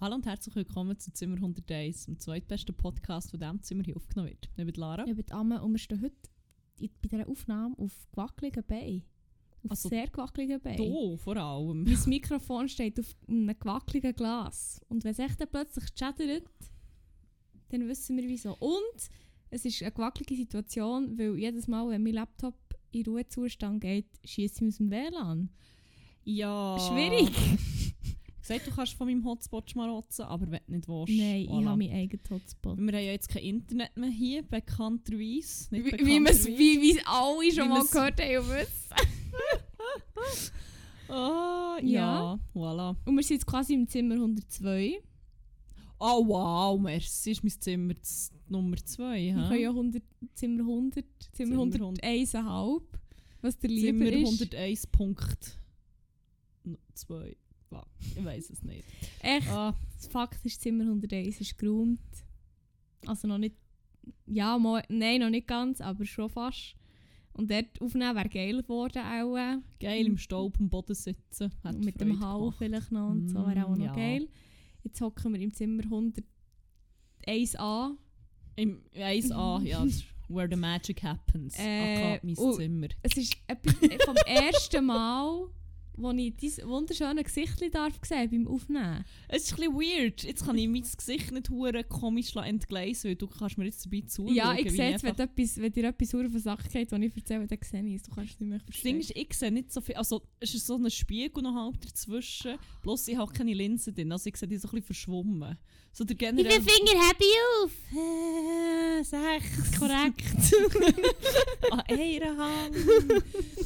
Hallo und herzlich willkommen zu Zimmer 101, dem zweitbesten Podcast, der in diesem Zimmer hier aufgenommen wird. Ich bin Lara. Ich bin die Amme und wir stehen heute in- bei dieser Aufnahme auf gewackeligen Beinen. Auf Also, sehr gewackeligen Beinen. Du vor allem. Mein Mikrofon steht auf einem gewackeligen Glas. Und wenn es echt dann plötzlich chattert, dann wissen wir wieso. Und es ist eine wackelige Situation, weil jedes Mal, wenn mein Laptop in Ruhezustand geht, schießt ich aus dem WLAN. Ah. Ja. Schwierig. Ich gesagt, du kannst von meinem Hotspot schmarotzen, aber wenn du nicht willst. Nein, ich voilà. habe meinen eigenen Hotspot. Wir haben ja jetzt kein Internet mehr hier, bekannterweise. Nicht Wie, wie, wir's- bekannterweise. wie, wie alle schon Wie mal wir's- gehört haben. und wissen. Ah, ja. Ja. Voilà. Und wir sind jetzt quasi im Zimmer 102. Oh wow, merci, ist mein Zimmer z- Nummer 2. Wir können ja 100, Zimmer 100, Zimmer Zimmer 101,5, was der Liebe Zimmer ist. 101 Punkt 2. Ich weiß es nicht. Echt, Ah, das Fakt ist, Zimmer 101 ist geräumt. Also noch nicht, ja, mal, nein, noch nicht ganz, aber schon fast. Und dort aufnehmen wäre geil geworden auch. geil im Staub am Boden sitzen. Hat Und mit Freude dem Hau gemacht. vielleicht noch und so wäre auch Mm, noch ja. geil. Jetzt hocken wir im Zimmer 101a. Im 1A, ja, das ist where the magic happens. Äh, Aka, mein oh. Zimmer. Es ist etwas vom ersten Mal, wo ich dieses wunderschöne Gesicht darf sehen beim Aufnehmen. Es ist ein bisschen weird. Jetzt kann ich mein Gesicht nicht hure komisch la- entgleisen, weil du kannst mir jetzt dabei zuschauen. Ja, wie ich sehe es, wenn, einfach- etwas, wenn dir etwas sauer auf den Sack geht, was ich erzähle, dann sehe ich es. Du kannst es nicht mehr Das Ding verstehen. ist, ich sehe nicht so viel. Also, es ist so ein Spiegel noch halb dazwischen. Bloß ich habe keine Linse drin. Also, ich sehe die so ein bisschen verschwommen. So der generelle. Finger habe ich auf? Äh, sechs, korrekt. An einer Hand. Ah,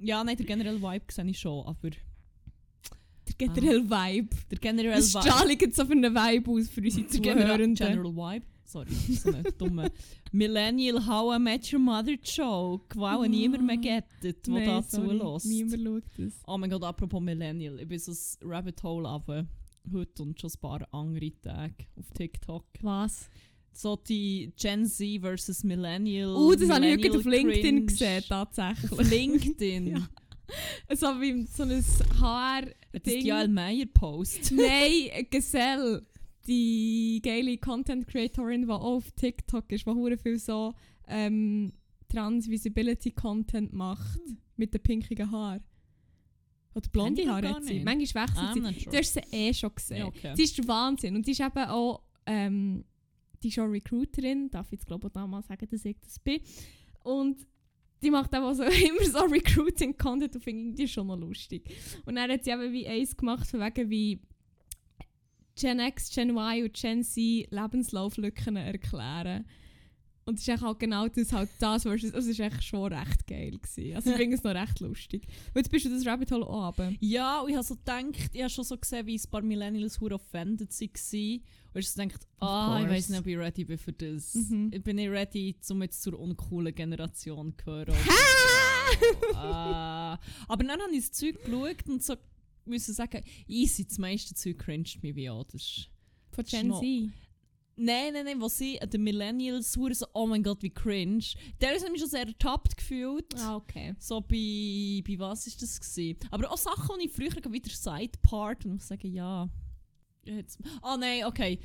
Ja, nein, der generelle Vibe sehe ich schon, aber Der generelle Vibe. Dus der generelle Das Ah. Vibe. Strahlen gibt so für einen Vibe aus für unsere Der generelle Zuhörenden. general Vibe. Sorry, das ist so eine dumme uh, Millennial How I Met Your Mother Joke, die auch Ah. niemand mehr gettet, der da sorry, zulässt. Niemand schaut das. Oh mein Gott, apropos Millennial, ich bin so ein Rabbit Hole uh, runter. heute und schon ein paar andere Tage auf TikTok. Was? So die Gen Z versus Millennial. Oh, das habe Millennial ich wirklich auf LinkedIn Cringe. gesehen, Auf tatsächlich. LinkedIn. Ja. So wie so ein Haar... Hat das Ding. die Al Meyer Post? Nein, Gesell, die geile Content Creatorin, die auch auf TikTok ist, die hure viel so ähm, Trans-Visibility Content macht Hm. mit den pinkigen Haaren. Oder blonde Kenn ich Haare gar hat sie. nicht. Manchmal wechselt sie. I'm not sure. Du hast sie eh schon gesehen. Ja, okay. Sie ist der Wahnsinn. Und sie ist eben auch, ähm, die ist auch Recruiterin. Darf ich jetzt glaube ich auch mal sagen, dass ich das bin. Und die macht eben auch so, immer so Recruiting-Content und finde ich die schon noch lustig. Und dann hat sie eben wie eins gemacht, von wegen wie Gen X, Gen Y und Gen Z Lebenslauflücken erklären. Und es ist echt halt genau das, halt das versus, also es war echt schon recht geil. Gewesen. Also ich finde es noch recht lustig. Und jetzt bist du das Rabbit Hole auch runter. Ja, und ich habe so gedacht, ich habe schon so gesehen, wie ein paar Millennials hure offended waren. Und ich so gedacht, ah, ich course. weiß nicht, ob ich ready bin für das. Mhm. Ich bin nicht ready, um jetzt zur uncoolen Generation zu gehören. Ah. aber dann habe ich das Zeug geschaut und so müssen sagen, easy, das meiste Zeug cringet mich wie an. Das ist Von Das ist Gen noch- Z. Nein, nein, nein, was sie, äh, den Millennials, hure so, oh mein Gott, wie cringe. Der ist nämlich schon sehr ertappt gefühlt. Ah, okay. So bei, bei was ist das gewesen? Aber auch Sachen, die ich früher gerade wieder Side Part und ich sage, ja. Jetzt. Ah nein, okay.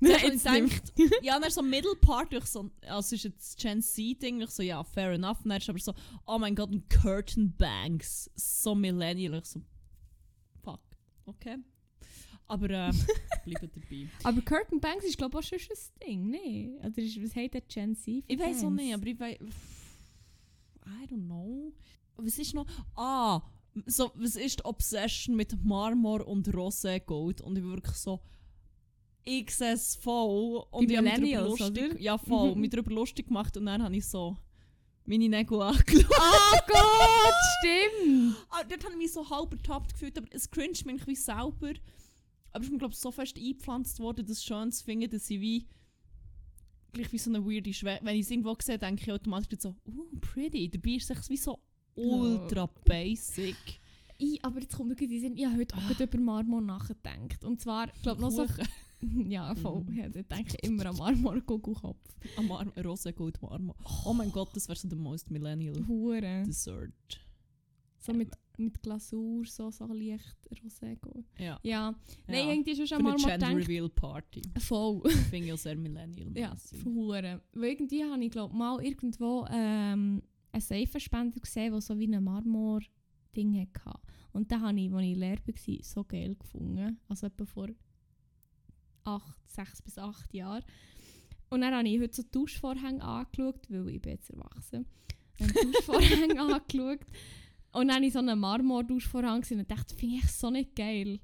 Dann habe ich Jetzt nicht. gedacht, ja, dann so Middle Part, ich so, also ist jetzt Gen Z-Ding, ich so, ja, fair enough. Und dann ist aber so, oh mein Gott, ein Curtain Banks, so Millennial, ich so, fuck, okay. Aber äh, bleiben dabei. Aber Curtain Banks ist glaube ich auch schon ein Ding, ne? Oder ist, was hat der Gen Z für Ich weiß auch Banks? nicht, aber ich weiß. e I don't know. Was ist noch. Ah! So, was ist die Obsession mit Marmor und Rosé Gold? Und ich bin wirklich so. Ich sehe es voll. Und Die ich habe mich darüber Millennials, lustig, oder? ja, voll, Mhm. mich darüber lustig gemacht und dann habe ich so meine Nägel angeschaut. Oh Gott, stimmt! Ah, dort habe ich mich so halb ertappt gefühlt, aber es cringe mich irgendwie selber. Aber ich bin, glaube so fest eingepflanzt worden, das schön zu finden, dass ich wie. gleich wie so eine weirde Schwäche. Wenn ich es irgendwo sehe, denke ich automatisch so, oh, pretty. Dabei ist es echt wie so ultra basic. Ich, aber jetzt kommt mir gerade in den Sinn, ich habe heute auch gerade über Marmor nachgedacht. Und zwar, ich glaube noch so... Kuchen. Ja, voll. Mhm. Ja, da denke ich immer an Marmor Gugelkopf. Am Arm, Mhm. Rosengold am Arm. Oh mein Gott, das wäre so der most millennial Hure. dessert. So mit, mit Glasur, so, so leicht rosé. gehen. Ja. Ja, nein, ja. irgendwie ist Für schon eine mal mal Gender gedacht. Reveal Party. Voll. Finde ich auch sehr millennial Ja, verhuren. Weil irgendwie habe ich, glaube mal irgendwo ähm, einen Seifenspender gesehen, der so wie ein Marmor-Ding hatte. Und den habe ich, als ich leer war, so geil gefunden. Also etwa vor 8, 6 bis 8 Jahren. Und dann habe ich heute so Duschvorhänge angeschaut, weil ich bin jetzt erwachsen. Und Duschvorhänge angeschaut. Und dann habe ich so einen Marmor-Duschvorhang gesehen und dachte, finde ich echt so nicht geil.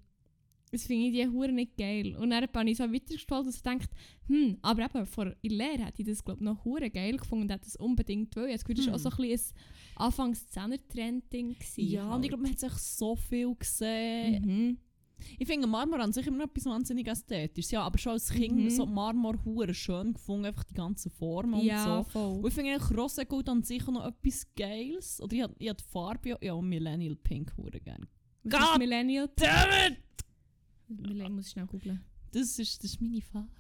Das finde ich die Hure nicht geil. Und dann habe ich so weitergespielt und so gedacht, hm, aber eben vor in Lehre hätte ich das glaube noch hure geil gefunden und hätte das unbedingt wollen. Jetzt gehört das war auch so ein bisschen ein anfangs Zehner-Trend-Ding. gewesen Hm. Ja, und halt. ich äh, glaube, man hat sich so viel gesehen. mhm. Ich finde Marmor an sich immer noch etwas wahnsinnig ästhetisches. Ja, aber schon als Kind Mhm. so Marmor hure schön gefunden, einfach die ganze Form und ja, so. voll. Und ich finde eigentlich Rosengold an sich auch noch etwas Geiles. Oder ich hab- ich hab die Farbe ja, ja und Millennial Pink hure gerne. Was ist God Millennial. Damn it! Millennial muss ich schnell googeln. Das ist, das ist meine Farbe.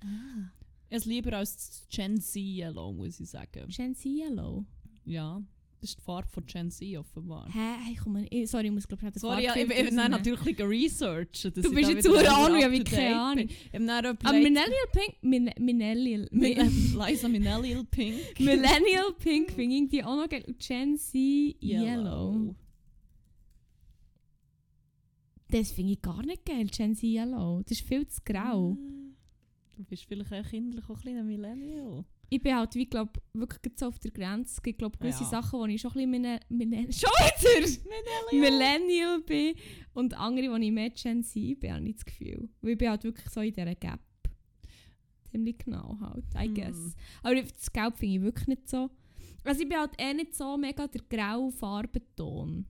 Ah. Es lieber als das Gen Z Yellow, muss ich sagen. Gen Z Yellow. Ja, das ist die Farbe von Gen Z offenbar. Hä? Hey, komm, ich, sorry, ich muss glaube ich den Sorry, ja, ich, Farbfilter ich, ich rausnehmen. natürlich ein bisschen researched. Du bist jetzt hure Ahnung, ich habe keine Ahnung. Ich habe dann Aber überlegt, Millennial Pink... Min Millennial... Mi- Min Liza Minnelli Pink. Millennial Pink finde ich die auch noch geil. Und Gen Z Yellow. Das finde ich gar nicht geil, Gen Z Yellow. Das ist viel zu Mhm. grau. Ah. Du bist vielleicht auch kindlich auch ein kleiner Millennial. Ich bin halt, wie glaube wirklich gerade so auf der Grenze. Es gibt glaube gewisse Ja. Sachen, wo ich schon ein bisschen... Mine- Mine- schon wieder! Millennial bin und andere, die ich mehr Gen Z bin, habe ich das Gefühl. Weil ich bin halt wirklich so in dieser Gap. Ziemlich genau halt, I Hm. guess. Aber das Gelb finde ich wirklich nicht so... Also ich bin halt eh nicht so mega der graue Farbenton.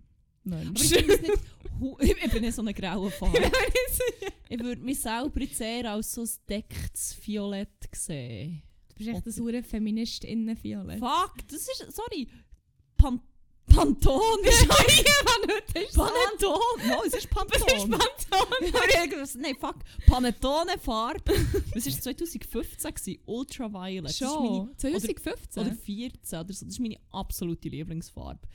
Aber Mensch. ich finde es nicht... hu- Ich bin nicht so eine graue Farbe. du Ich würde mich selber jetzt eher als so ein decktes Violett sehen. bist echt eine saure Feministin, Violet. Fuck, das ist... Sorry. Pan Pantone ist... Panettone! No, es ist Pantone. Irgendwas- Nein, fuck. Dus Panettone-Farbe. Das war 2015, gewesen. Ultraviolet. Das ist meine- Schon. 2015? Oder 14 oder so. Das ist meine absolute Lieblingsfarbe.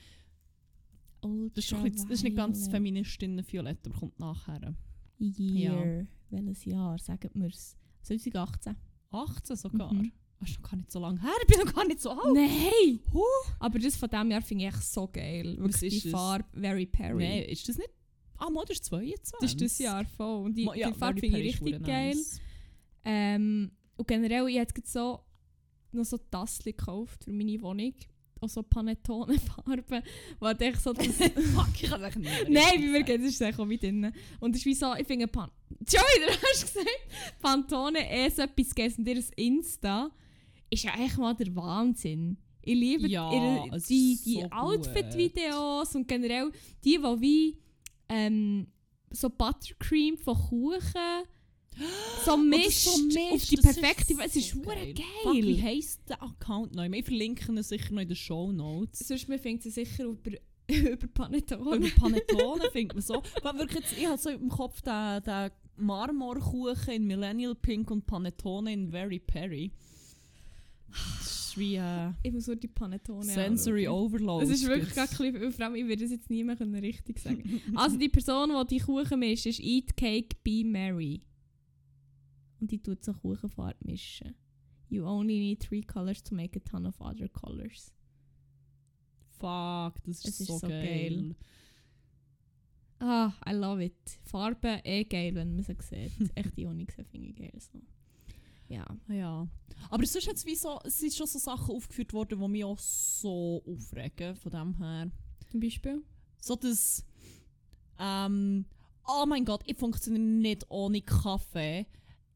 Das Oh, ist, doch ein bisschen- das ist nicht ganz feministinnen Violett, aber kommt nachher. Year. Welches Jahr? Sagt mir's. 2018. 18 sogar. Mhm. Das ist noch gar nicht so lange her. Ich bin noch gar nicht so alt. Nein! Huh. Aber das von diesem Jahr finde ich echt so geil. Was Wirklich ist die das? Farbe Very Perry. Nein, ist das nicht... Ah, Mode ist 22. Das ist das Jahr voll. Und die, Ma- ja, die Farbe Mary finde Perry ich ist richtig verdammt geil. nice. Ähm, und generell, ich habe jetzt so noch so Tassel gekauft für meine Wohnung. Auch so Panettone-Farben. Weil ich echt so das Fuck, ich kann es echt nicht mehr Nein, wie wir richtig gehen, das ist echt auch mit drin. Und es ist wie so, ich finde Pan... Schon wieder, hast du gesagt? Pantone eh so etwas gegessen und ihr Insta ist ja echt mal der Wahnsinn. Ich liebe Ja, ihre, es die, ist die so Outfit-Videos und generell die, die wie ähm, so Buttercream von Kuchen so das mischt ist so auf mischt, die das ist perfekte... so es ist geil. hure Fuck, wie geil. heisst der Account noch? Wir verlinken ihn sicher noch in den Show Notes. Sonst man findet sie sicher über, über Panettone. Über Panettone findet man so. Aber wirklich, jetzt- ich habe so im Kopf den, den Marmorkuchen in Millennial Pink und Panettone in Very Perry. Das ist wie äh, Ich muss nur die Panettone Sensory anschauen. Overload. Oh Es ist wirklich gar Gibt's. ein bisschen, vor allem, ich würde es jetzt nie mehr können richtig sagen. also die Person, die die Kuchen mischt, ist Eat Cake Be Mary. Und die tut so Kuchenfarbe mischen. You only need three colors to make a ton of other colors. Fuck, das ist, Es ist so, so geil. geil. Ah, I love it. Farben, eh geil, wenn man sie sieht. Echt die Onyxen finde ich geil. So. Ja. Ah, Ja. Aber sonst hat's wie so, es sind schon so Sachen aufgeführt worden, die mich auch so aufregen. Von dem her. Zum Beispiel? So das. Ähm, oh mein Gott, ich funktioniere nicht ohne Kaffee.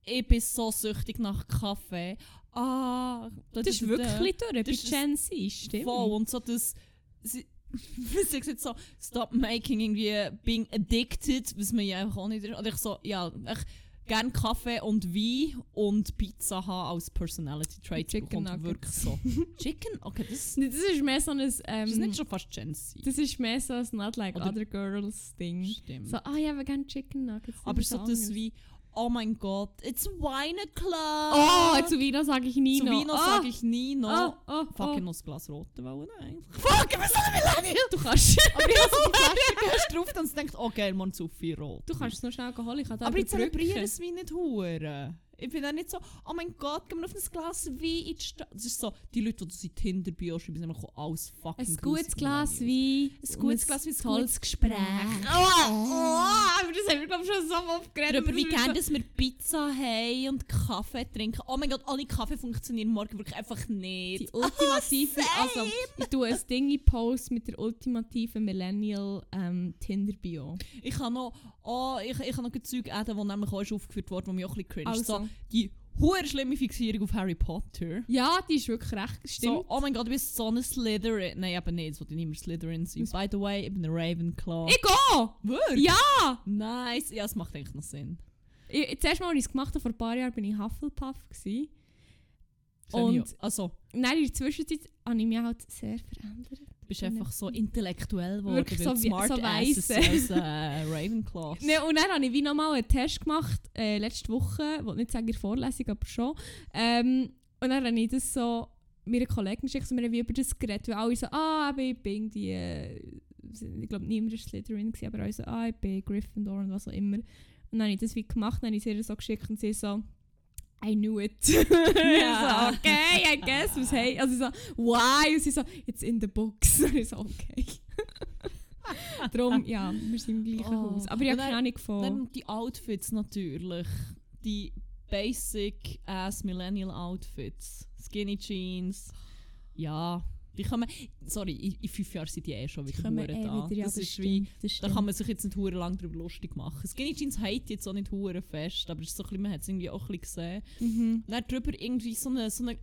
Ich bin so süchtig nach Kaffee. Ah, Das ist wirklich durch. Das Bei ist- Gen Z, stimmt. voll. Und so das. Sie, sie sagt so, stop making irgendwie being addicted, was man ja einfach auch nicht. Oder ich so, ja, ich gerne Kaffee und Wein und Pizza haben als Personality Trait. Chicken bekommt Nuggets. wirklich so. Chicken? Okay, das, Das ist mehr so ein... Ähm, das ist nicht schon fast Gen Z. Das ist mehr so ein Not Like Oder- Other Girls Ding. Stimmt. So, ah ja, wir gerne Chicken Nuggets. Aber so das wie wie, Oh mein Gott, it's Wine Club! Oh, zu Vino sage ich nie Zu noch. Vino oh, sage ich nie noch. Oh, oh, Fuck, ich oh. noch ein Glas Roten wollen eigentlich. Fuck, wir sind wie lange? Du kannst... Aber ich habe so die Flasche gehst drauf, dann denkst du, oh geil, man, zu viel Rot. Du kannst es noch schnell holen, ich kann da Aber ich zelebriere überbrücken. es wie nicht hure. Ich bin dann nicht so, oh mein Gott, gehen wir auf ein Glas Wein in die Stadt. Das ist so, die Leute, die du seit Tinder bio schreiben, sind einfach alles fucking Ein gutes grusig Glas Millennials. Wein. Ein gutes Glas Wein, ein tolles gutes- Gespräch. Oh, aber das haben wir, glaube ich, schon so oft geredet. Darüber, wie gerne dass wir Pizza haben und Kaffee trinken. Oh mein Gott, alle Kaffee funktionieren morgen wirklich einfach Die nicht. Ah, ultimative, same. also ich tue ein Ding in Post mit der ultimativen Millennial ähm, Tinder-Bio. Ich habe noch, oh, ich, ich habe noch Zeug essen, das nämlich auch ist aufgeführt wurde, wo mir auch ein bisschen cringe ist. So, Also, die hure schlimme Fixierung auf Harry Potter. ja, die ist wirklich recht, stimmt. So, oh mein Gott, du bist so eine Slytherin. Nein, eben nicht, das wollte ich nicht mehr Slytherin sein. By the way, ich bin eine Ravenclaw. Ich gehe! Wirklich? Ja! Nice. Ja, es macht eigentlich noch Sinn. Ich, zuerst mal, als ich es gemacht habe, vor ein paar Jahren, bin ich Hufflepuff. Gewesen. Das habe ich Und- ja- also, Nein, in der Zwischenzeit habe ich mich halt sehr verändert. du bist einfach so intellektuell geworden, Wirklich weil so wie- smart so asses weisse. als äh, Ravenclaw. Ne, und dann habe ich wie nochmal einen Test gemacht, äh, letzte Woche, ich will nicht sagen in der Vorlesung, aber schon. Ähm, und dann habe ich das so meinen Kollegen geschickt und wir haben wie über das geredet, weil alle so, ah, eben, ich bin die, äh, ich glaube niemand war Slytherin, gewesen, aber alle so, ah, ich bin Gryffindor und was auch immer. Und dann habe ich das wie gemacht, dann habe ich sie ihr so geschickt und sie so, I knew it. Ja. so, okay, I guess, was hey, also ich so, why? Und sie so, it's in the books. Und ich so, okay. Darum, ja, wir sind im gleichen Oh. Haus. Aber ich Und dann- habe keine Ahnung von... Dann die Outfits natürlich. Die basic ass Millennial Outfits. Skinny Jeans. Ja. Die kommen, sorry, in, in fünf Jahren sind die eh schon Die wieder, kommen hure eh da. wieder, ja, das ist wie, stimmt, das da stimmt. kann man sich jetzt nicht hure lang drüber lustig machen. Skinny Jeans hate ich jetzt auch nicht hure fest, aber es ist so ein bisschen, man hat es irgendwie auch ein bisschen gesehen. Mhm. Und dann drüber irgendwie so eine, so eine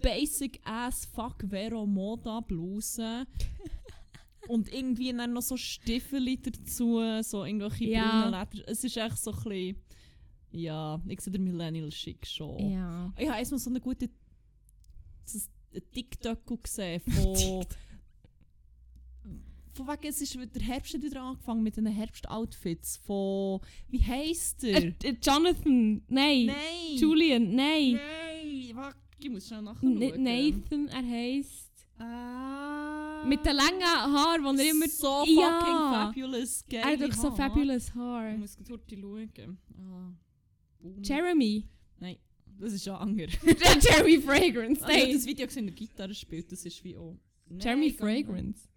basic ass fuck Vero Moda Bluse. Und irgendwie dann noch so Stiefel dazu, so irgendwelche Ja. braunen Leder. Es ist echt so ein bisschen, ja, ich sehe den Millennial schick schon. Ja. Ich habe erstmal so einen guten so einen TikTok gesehen von... von wegen, es ist wieder- der Herbst hat wieder angefangen mit diesen Herbstoutfits von... Wie heisst der? Äh, äh, Jonathan, nein. Nein! Julian, nein. Nein, fuck, ich muss schnell nachschauen. N Nathan, er heisst. Ah. Mit den langen Haaren, die er immer. so fucking Ja. Ah, fabulous, gell? Er hat wirklich so fabulous Mhm. Haar. Ich muss kurz schauen. Ah. Boom. Jeremy. Nein, das ist Ah, ja anger. Jeremy Fragrance, Ah, ich habe nein. das Video gesehen, der Gitarre spielt, das ist dus wie oh. auch... Nein, Jeremy gar nicht. Fragrance.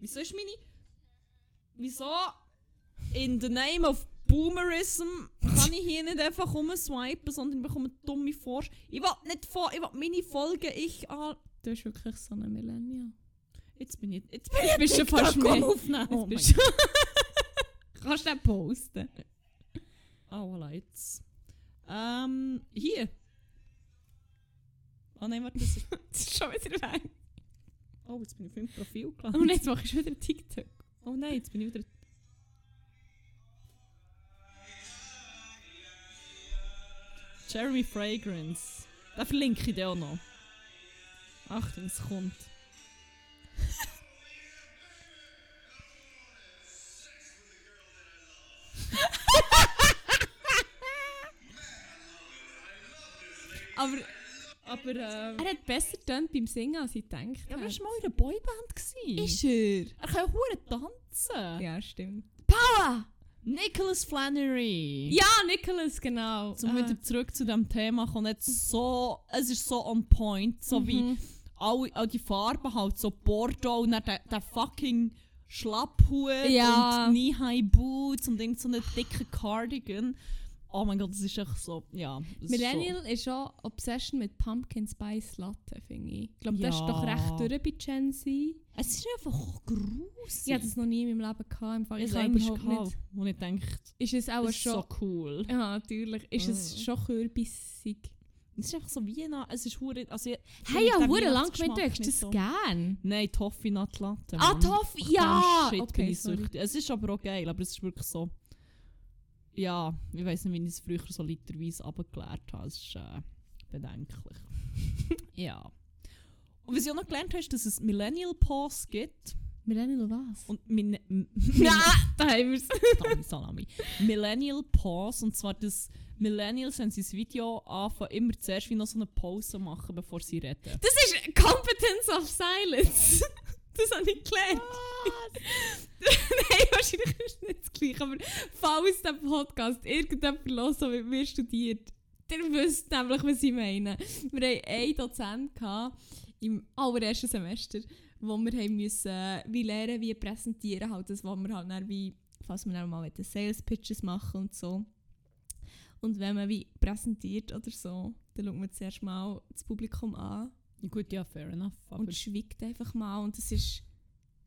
Wieso ist meine... Wieso... In the name of Boomerism kann ich hier nicht einfach rumswipen, sondern ich bekomme dumme Vorschläge. Ich will nicht vor... Ich will meine Folgen ich an... Du bist wirklich so ein Millennial. Jetzt bin ich... Jetzt Du bist schon fast Komm mehr. aufnehmen. Jetzt Oh mein bist du- Kannst du den posten? Ah, voilà, jetzt. Ähm, hier. Ah nein, warte, das ist... Das ist schon wieder weg. Oh, jetzt bin ich auf meinem Profil gelandet. Und jetzt mache ich schon wieder TikTok. Oh nein, jetzt bin ich wieder... Jeremy Fragrance. Den verlinke ich dir auch noch. Achtung, es kommt. Aber Aber, äh... er hat besser getönt beim Singen, als ich gedacht Ja, aber habe. er war mal in einer Boyband. Gewesen. Ist er? Er kann ja hure tanzen. Ja, stimmt. Nicholas Flannery. Ja, Nicholas, genau. Zum wieder zurück zu dem Thema kommt jetzt so, es ist so on point, Ah. so Mhm. wie all, all die Farben halt, so Bordeaux und dann der, der fucking Schlapphut Ja. und Knee-High Boots und irgend so einen dicken Cardigan. Oh mein Gott, das ist echt so, ja. das ist Millennial ist schon Obsession mit Pumpkin Spice Latte, finde ich. Ich glaube, das ist Ja. doch recht durch bei Gen Z. Schon, es ist einfach gruselig. Ich hatte das noch nie in meinem Leben. Gehabt, im Fall. Ich ich kann habe überhaupt nicht. nicht. Und ich denke, Ist Ah. es auch das ist schon... so cool. Ja, natürlich. Ist es Mm. schon kürbissig. Es ist einfach so Weihnachten, es ist hure, also ich- Hey, ja, der hure lang Weihnachtsgeschmack gemeint, du hättest nicht das so. gern. Nein, Toffee Nut Latte. Ah, Mann. Toffee, Ach, ja! Shit, Okay, bin ich sorry. süchtig. Es ist aber auch geil, aber es ist wirklich so... Ja, ich weiß nicht, wie ich es früher so literweise abgeklärt habe. Es ist äh, bedenklich. ja. Und was ich auch noch gelernt habe, ist, dass es Millennial Pause gibt. Millennial was? Und min, m- da haben wir es. Salami, Salami. Millennial Pause. Und zwar, dass Millennials, wenn sie das Video anfangen, immer zuerst wie noch so eine Pause machen, bevor sie reden. Das ist Competence of Silence. Das habe ich gelernt. Nein, wahrscheinlich ist es nicht das Gleiche, aber falls der Podcast irgendjemand los, der mit mir studiert, dann wisst ihr nämlich, was ich meine. Wir hatten einen Dozent gehabt, im allerersten Semester, wo wir haben müssen, äh, wie lernen, wie präsentieren, halt das, was wir halt dann wie, falls wir dann mal wollen, Sales Pitches machen und so. Und wenn man wie präsentiert oder so, dann schaut man zuerst mal das Publikum an Gut, ja, fair enough. Aber und schweigt einfach mal und das ist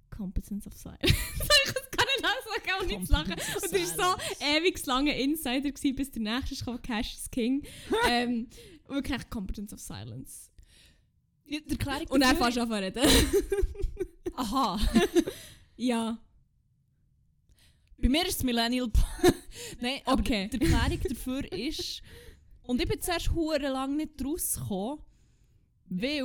Competence of Silence. ich kann nicht sagen und nicht zu lachen. Competence of Und das war so ewig lange Insider, gewesen, bis der nächste ist, gekommen, Cash is King. ähm, wirklich echt Competence of Silence. Ja, die Erklärung Und dann dafür- fängst du an zu reden. Aha. ja. Bei mir ist es Millennial Pause. Nein, aber Okay. die Erklärung dafür ist... Und ich bin zuerst hure lang nicht rausgekommen, weil...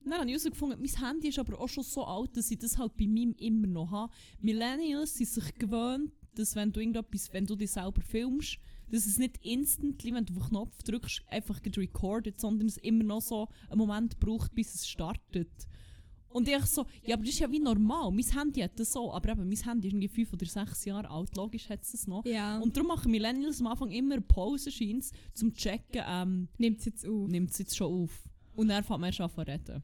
Dann habe ich herausgefunden, mein Handy ist aber auch schon so alt, dass ich das halt bei meinem immer noch habe. Millennials sind sich gewöhnt, dass wenn du irgendetwas, wenn du dich selber filmst, dass es nicht instantly, wenn du auf den Knopf drückst, einfach gleich recordet, sondern es immer noch so einen Moment braucht, bis es startet. Und ich so, ja, aber das ist ja wie normal. Mein Handy hat das so, aber eben, mein Handy ist irgendwie 5 oder 6 Jahre alt, logisch hat es das noch. ja. Und Und darum machen Millennials am Anfang immer Pause, scheint's, zum zu checken, ähm, nimmt es jetzt auf. nimmt es jetzt schon auf. Und dann fängt man erst an zu reden.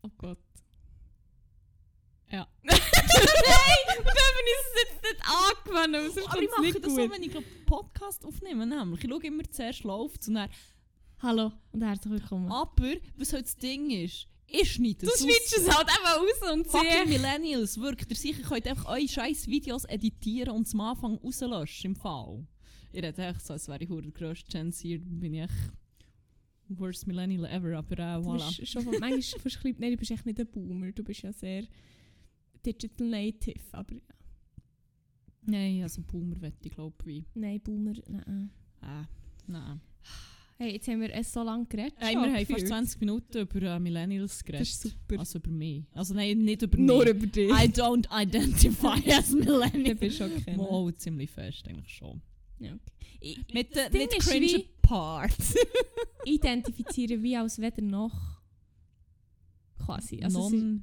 Oh Gott. Ja. Nein! Und dann bin ich es jetzt nicht angewandt, aber sonst Aber ich kommt es mache nicht das gut. so, wenn ich glaub, Podcast aufnehme. Nämlich. Ich schaue immer zuerst läuft und dann. Hallo und herzlich willkommen. Aber, was halt das Ding ist, ich schneide du es schneidest raus. es halt einfach raus und Fucking siehst. Millennials, wirklich. Ihr sicher könnt einfach eure scheiß Videos editieren und zum Anfang rauslöschen, im Fall. Ich rede echt so, als wäre ich hure der grösste Gen Z, bin ich echt worst Millennial ever, aber äh, Du voilà. bist schon von, manchmal fast ein bisschen, nein, du bist echt nicht ein Boomer, du bist ja sehr Digital Native, aber ja. Nein, also Boomer wette ich glaube wie. nein, Boomer, nein. Äh, nein. Hey, jetzt haben wir es so lange geredet. Hey, schon wir haben fast gefühlt. 20 Minuten über äh, Millennials Das geredet. ist super. Also über mich. Also nein, nicht über Nur mich. über dich. I don't identify as oh, Du Millennial. bist schon okay. Mal ziemlich fest eigentlich schon. Ja, okay. Ich, Mit den Ding mit ist cringe wie- Part. ich identifiziere wie als weder noch quasi. Also es ist non,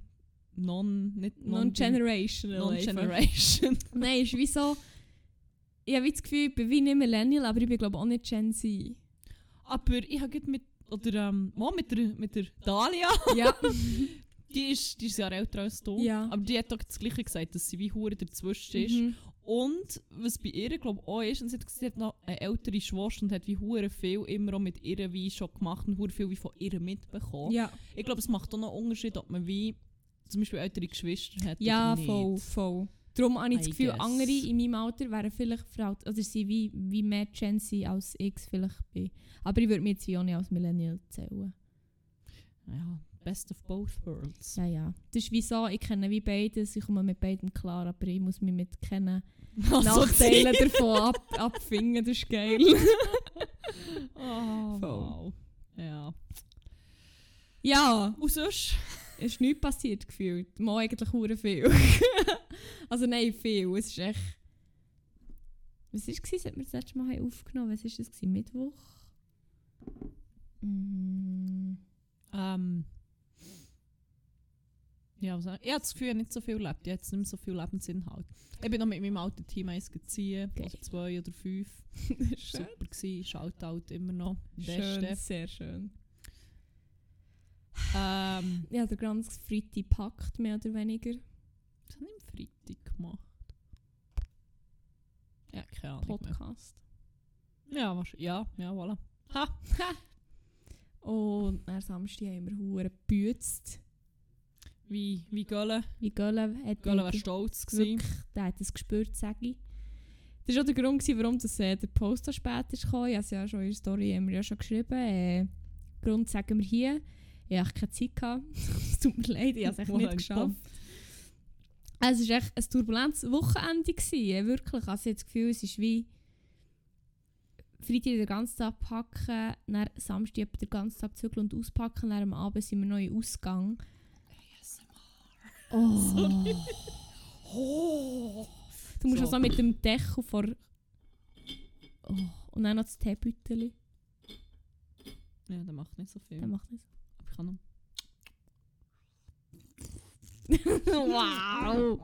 non, nicht non- non-generational. einfach. Non-generation. Nein, es ist wie so, ich habe wie das Gefühl, ich bin wie nicht Millennial, aber ich bin glaube auch nicht Gen Z. Aber ich habe gerade mit, oder ähm, mal mit der, mit der Dalia, Ja. die ist, die ist ja älter als du, Ja. aber die hat doch das Gleiche gesagt, dass sie wie hure dazwischen ist. mhm. Und was bei ihr, glaube ich, auch ist, und sie hat gesagt, sie hat noch eine ältere Schwester und hat wie hure viel immer auch mit ihr wie schon gemacht und hure viel wie von ihr mitbekommen. Ja, Ich glaube, es macht auch noch einen Unterschied, ob man wie zum Beispiel ältere Geschwister hat Ja, oder nicht. voll, voll. Darum habe ich das I Gefühl, guess. andere in meinem Alter wären vielleicht veralt, oder sie wie, wie mehr Gen Z als ich es vielleicht bin. Aber ich würde mich jetzt wie auch nicht als Millennial zählen. Ja, best of both worlds. Ja, ja. Das ist wie so, ich kenne wie beides, ich komme mit beiden klar, aber ich muss mich mit keinen Also Nachteilen davon ab, abfinden, das ist geil. Oh, Voll. wow. Ja. ja, Und sonst? es ist nichts passiert gefühlt. Mal eigentlich hure viel. also nein, viel. Es ist echt... Was war es, seit wir das letzte Mal haben aufgenommen haben? Was war das? gewesen? Mittwoch? Mm. Ähm, ja, was, ich habe das Gefühl, ich habe nicht so viel erlebt. Ich habe jetzt nicht mehr so viel Lebensinhalt. Ich bin noch mit meinem alten Team eins gezogen, Geil. also zwei oder fünf. Schön. Super gewesen, Shoutout immer noch. schön, Beste. sehr schön. Ähm, Ich habe den ganzen Freitag gepackt, mehr oder weniger. was habe ich am Freitag gemacht? Ja, keine Ahnung mehr. Podcast. Ja, wahrscheinlich. Ja, ja, voilà. Ha! Und am Samstag haben wir hure gebützt. Wie, wie Gölle. Wie Gölle hat Gölle war stolz gewesen. Der hat es gespürt, sage ich. Das war auch der Grund, gewesen, warum das, äh, der Post so spät ist gekommen. Ich habe es ja schon in der Story haben wir ja schon geschrieben. Äh, Grund sagen wir hier. Ich hatte keine Zeit. gehabt. Es tut mir leid, ich habe es echt Moment, nicht geschafft. Also, Es war echt ein turbulentes Wochenende. Gewesen, äh, wirklich. Also ich habe das Gefühl, es ist wie Freitag den ganzen Tag packen, dann Samstag etwa den ganzen Tag zügeln und auspacken, dann am Abend sind wir neu in den Ausgang. ASMR. Oh. Sorry. Oh. Du musst So. so. also mit dem Deckel vor. Oh. Und dann noch das Teebüteli. Ja, der macht nicht so viel. Der macht das. Aber ich kann noch. wow!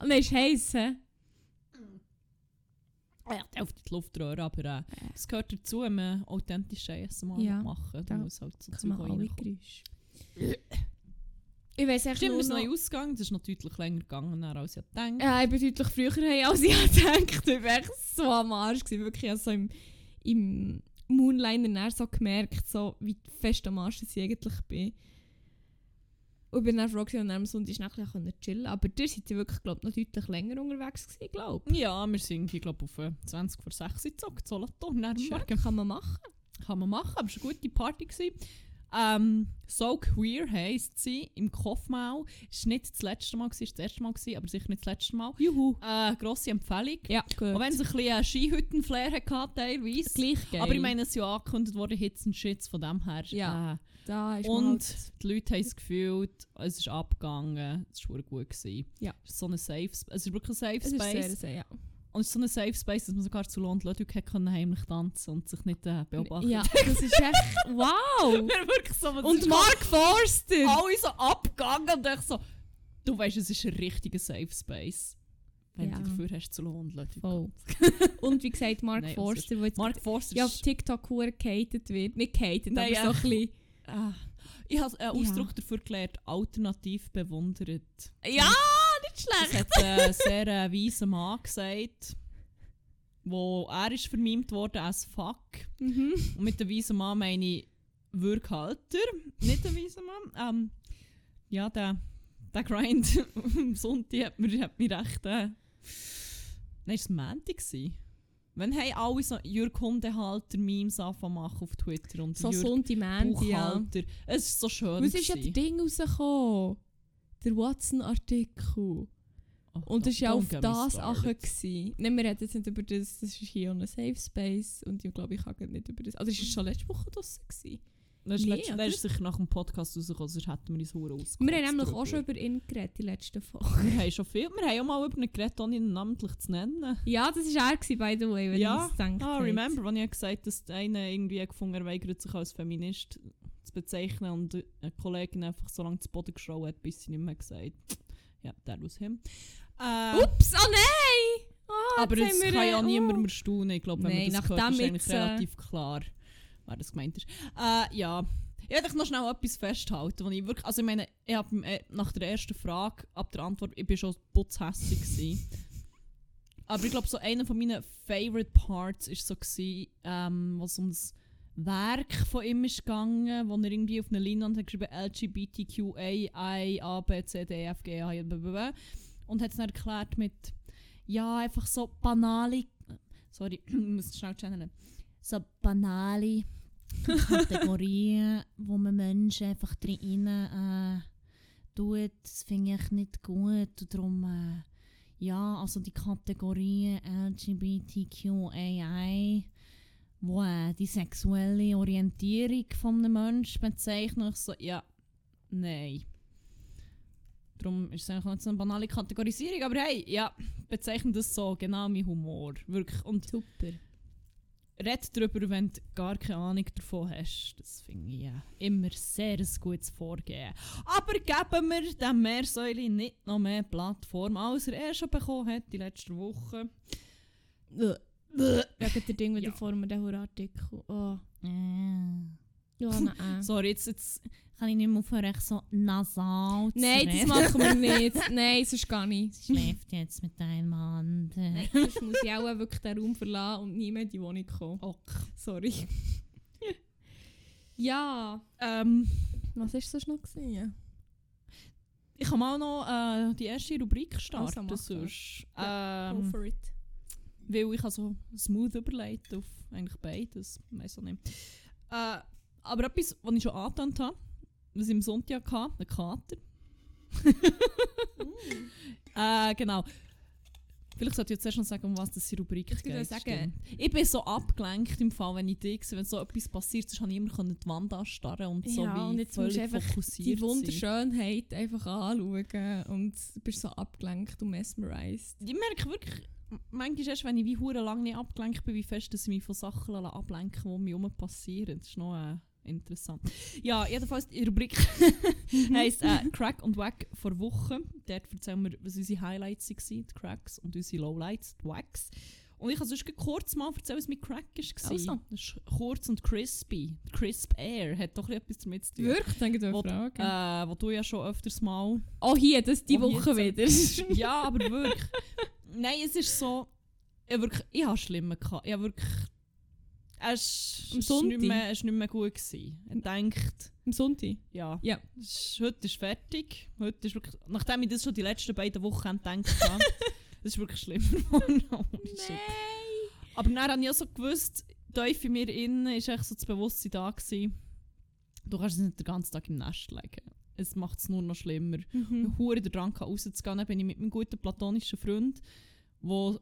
Und er ist heiß, hä? Ja, der auf die Luft rühren, aber äh, das gehört dazu, wenn man authentische ASMR Ja, machen. Da da muss halt so Kann Zeug man auch alle reinkommen. Geräusche. Ich weiß echt Stimmt, wir nur sind noch... neu ausgegangen. Das ist noch deutlich länger gegangen, als ich gedacht Ja, ich bin deutlich früher heim, als ich gedacht Ich war echt so am Arsch. Gewesen. Wirklich, ich habe so im, im Moonliner dann so gemerkt, so, wie fest am Arsch dass ich eigentlich bin. Und ich bin dann froh, gewesen, und dann am Sonntag nachher ein bisschen chillen Aber ihr seid ja wirklich, glaub, noch deutlich länger unterwegs gewesen, glaube Ja, wir sind, ich glaube, auf äh, 20 vor 6 Uhr gezockt. Solothurn, am ich. Morgen. Kann man machen. Kann man machen, aber es war eine gute Party. Gewesen. Ähm, so queer heisst sie im Kopfmau. Es war nicht das letzte Mal, gewesen, es war das erste Mal, gewesen, aber sicher nicht das letzte Mal. Juhu. Äh, grosse Empfehlung. Ja, eh, Auch gut. wenn es ein bisschen äh, Skihütten-Flair hatte, teilweise. Gleich geil. Aber ich meine, es ist ja angekündigt worden, Hits und Shits von dem her. Ja. Äh, da ist man Und halt- die Leute haben es gefühlt, es ist abgegangen, es war verdammt gut. Gewesen. Ja. Es ist so ein Safe Space. Es ist wirklich ein Safe es ist sehr, Space. sehr, ja. Und es ist so ein Safe Space, dass man sogar zu Lohn und Ludwig hat können heimlich tanzen und sich nicht äh, beobachten Ja, das ist echt... Wow! Wir wirklich so, Und Mark Forster! alle so abgegangen und ich so, du weißt, es ist ein richtiger Safe Space. Wenn Ja. du dafür hast, zu Lohn und Ludwig. Voll. Und Oh. wie gesagt, dus- Mark Nein, was Forster, Nou der jetzt Mark Forster ja auf ist... TikTok hure gehatet wird. Nicht gehatet, Nein, aber so ein bisschen. Äh, ich habe einen Ausdruck dafür gelernt, alternativ bewundert. Ja, nicht Das hat ein sehr äh, weiser Mann gesagt. Wo er ist vermiemt worden als Fuck. Mhm. Und mit dem weisen Mann meine ich Wirkhalter. Nicht der weisen Mann. Ähm, ja, der, der Grind am Sonntag hat mir, hat mir recht. Äh, Nein, es war Montag. gewesen. Wann haben alle so Jürg Hundehalter-Memes angefangen zu machen auf Twitter? Und So Jürg Sonntag, Mandy, ja. Buchhalter. Es ist so schön. Was ist ja das gewesen. Ding rausgekommen? Der Watson-Artikel. Oh, Und das war ja don't auf get me das started. Ache. gewesen. Nein, wir reden jetzt nicht über das. Das ist hier auch ein Safe Space. Und ich glaube, ich kann gerade nicht über das. Also, ist Mm. es schon letzte Woche draußen? gewesen? Das ist, Nee, letzt- oder? das ist sicher nach dem Podcast rausgekommen, sonst hätten wir uns hure Wir ausgekotzt haben nämlich drüber. auch schon über ihn geredet, die letzte Woche. Wir haben schon viel. Wir haben auch mal über einen geredet, ohne ihn namentlich zu nennen. Ja, das war er, gewesen, by the way, wenn Ja. ich es denke. Ah, remember, wenn ich gesagt habe, dass der eine irgendwie gefunden hat, er weigert sich als Feminist zu bezeichnen und eine Kollegin einfach so lange zu Boden geschraubt hat, bis sie nicht mehr gesagt hat. Ja, that was him. Äh, Ups, oh nein! Ah, aber jetzt es haben wir, kann ja äh, niemand mehr staunen. Ich glaube, wenn Nein, man das hört, ist nachdem eigentlich jetzt, äh, relativ klar, wer das gemeint ist. Äh, ja. Ich werde noch schnell etwas festhalten. wo Ich wirklich, also ich meine, ich hab, äh, nach der ersten Frage, ab der Antwort, ich bin schon putzhässig gewesen. Aber ich glaube, so einer von meinen favorite Parts war so, gewesen, ähm, was um das Werk von ihm ist gegangen, wo er irgendwie auf einer Leinwand hat geschrieben LGBTQAI, A, B, C, D, E, F, G, A, I, B, B, B. Und hat es dann erklärt mit, ja, einfach so banale, sorry, ich muss es schnell channeln, so banale Kategorien, wo man Menschen einfach drin äh, tut, das finde ich nicht gut. Und darum, äh, ja, also die Kategorien LGBTQAI, wo äh, die sexuelle Orientierung von einem Menschen bezeichnet, ich so, ja, nein. Darum ist es eigentlich nicht so eine banale Kategorisierung, aber hey, ja, bezeichnet das so, genau mein Humor. Wirklich. Und Super. red darüber, wenn du gar keine Ahnung davon hast. Das finde ich ja immer sehr ein gutes Vorgehen. Aber geben wir dem Meersäule nicht noch mehr Plattform, als er eh schon bekommen hat die letzten Wochen. Wegen der Ding mit Ja. der Form der Horartikel. Oh, Ah. Äh. ja, nein. Sorry, jetzt, jetzt kann ich nicht mehr aufhören, echt so nasal zu Nein, das reden. machen wir nicht. Nein, sonst gar nicht. schläft jetzt mit deinem Hand. Nein, sonst muss ich auch wirklich den Raum verlassen und nie mehr in die Wohnung kommen. Ok. Sorry. ja. Ähm, Was hast du sonst noch gesehen? ich kann mal noch äh, die erste Rubrik starten. Also mach das. sonst. Go Ähm, for it. Weil ich also smooth überlegt auf eigentlich beides. Ich weiss auch nicht. Äh, aber etwas, was ich schon angetönt habe, was ich am Sonntag hatte, ein Kater. äh, genau. Vielleicht sollte ich jetzt erst noch sagen, um was das die Rubrik Ich würde geht. sagen- stimmt. Ich bin so abgelenkt im Fall, wenn ich dich sehe. Wenn so etwas passiert, sonst kann ich immer können die Wand anstarren und so Ja, wie und jetzt musst völlig du einfach fokussiert Die sein. Wunderschönheit einfach anschauen und bist so abgelenkt und mesmerized. Ich merke wirklich, m- manchmal erst, wenn ich wie hure lange nicht abgelenkt bin, wie fest dass ich mich von Sachen lasse ablenken die um mich herum passieren. Das ist noch äh, interessant. Ja, jedenfalls die Rubrik Mhm. heisst äh, Crack und Wack vor Wochen. Dort erzählen wir, was unsere Highlights waren, die Cracks, und unsere Lowlights, die Wacks. Und ich kann sonst gleich kurz mal erzählen, was mit Crack war. Also. Das ist kurz und crispy. Crisp Air hat doch etwas damit zu tun. Wirklich, denke ich, Wo- Frage. Äh, was du ja schon öfters mal oh, hier, das die Oh, hier Woche wieder. ja, aber wirklich. Nein, es ist so. Ich, wirklich, ich habe Schlimme gehabt. Ich habe wirklich. Es Am es war nicht, Sonntag? mehr- es war nicht mehr gut. Gewesen. Ich denkt, Am Sonntag. ja. Ja. es ist- heute ist fertig. Heute ist wirklich, nachdem ich das schon die letzten beiden Wochen gedacht habe, das ist wirklich schlimm. geworden. Ohne Scheiss. Aber dann habe ich auch so gewusst, tief in mir innen ist echt so das Bewusstsein da gewesen, du kannst es nicht den ganzen Tag im Nest legen. Es macht es nur noch schlimmer Mhm. hure den Drang hatte, rauszugehen. Dann bin ich mit meinem guten platonischen Freund, der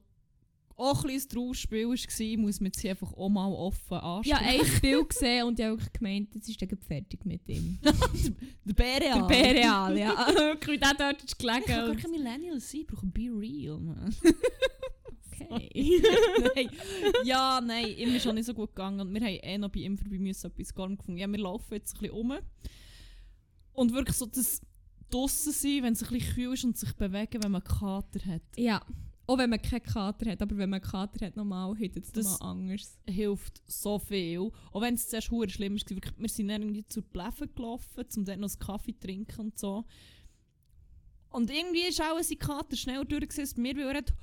auch ein bisschen ein Trauerspiel war, muss man sie einfach auch mal offen Ja, ansprechen. ein Spiel gesehen und ich habe wirklich gemeint, jetzt ist der gerade fertig mit ihm. der Bereal. Der Bereal, ja. Wirklich, der dort ist Ich kann gar gelegen. kein Millennial sein, ich brauche Be Real, man. Okay. nein. Ja, nein, ihm ist schon nicht so gut gegangen. Und wir haben eh noch bei ihm vorbei müssen, etwas gar nicht gefunden. Ja, wir laufen jetzt ein bisschen um. Und wirklich so das draussen sein, wenn es ein bisschen kühl ist und sich bewegen, wenn man Kater hat, ja. Auch wenn man keinen Kater hat, aber wenn man einen Kater hat, normal heute es Das- nochmal anders. hilft so viel. Auch wenn es zuerst hure schlimm war. Wirklich, wir sind dann irgendwie zur Pläfe gelaufen, um dort noch einen Kaffee zu trinken und so. Und irgendwie ist auch sein Kater schnell durch, gewesen als wir, weil er hat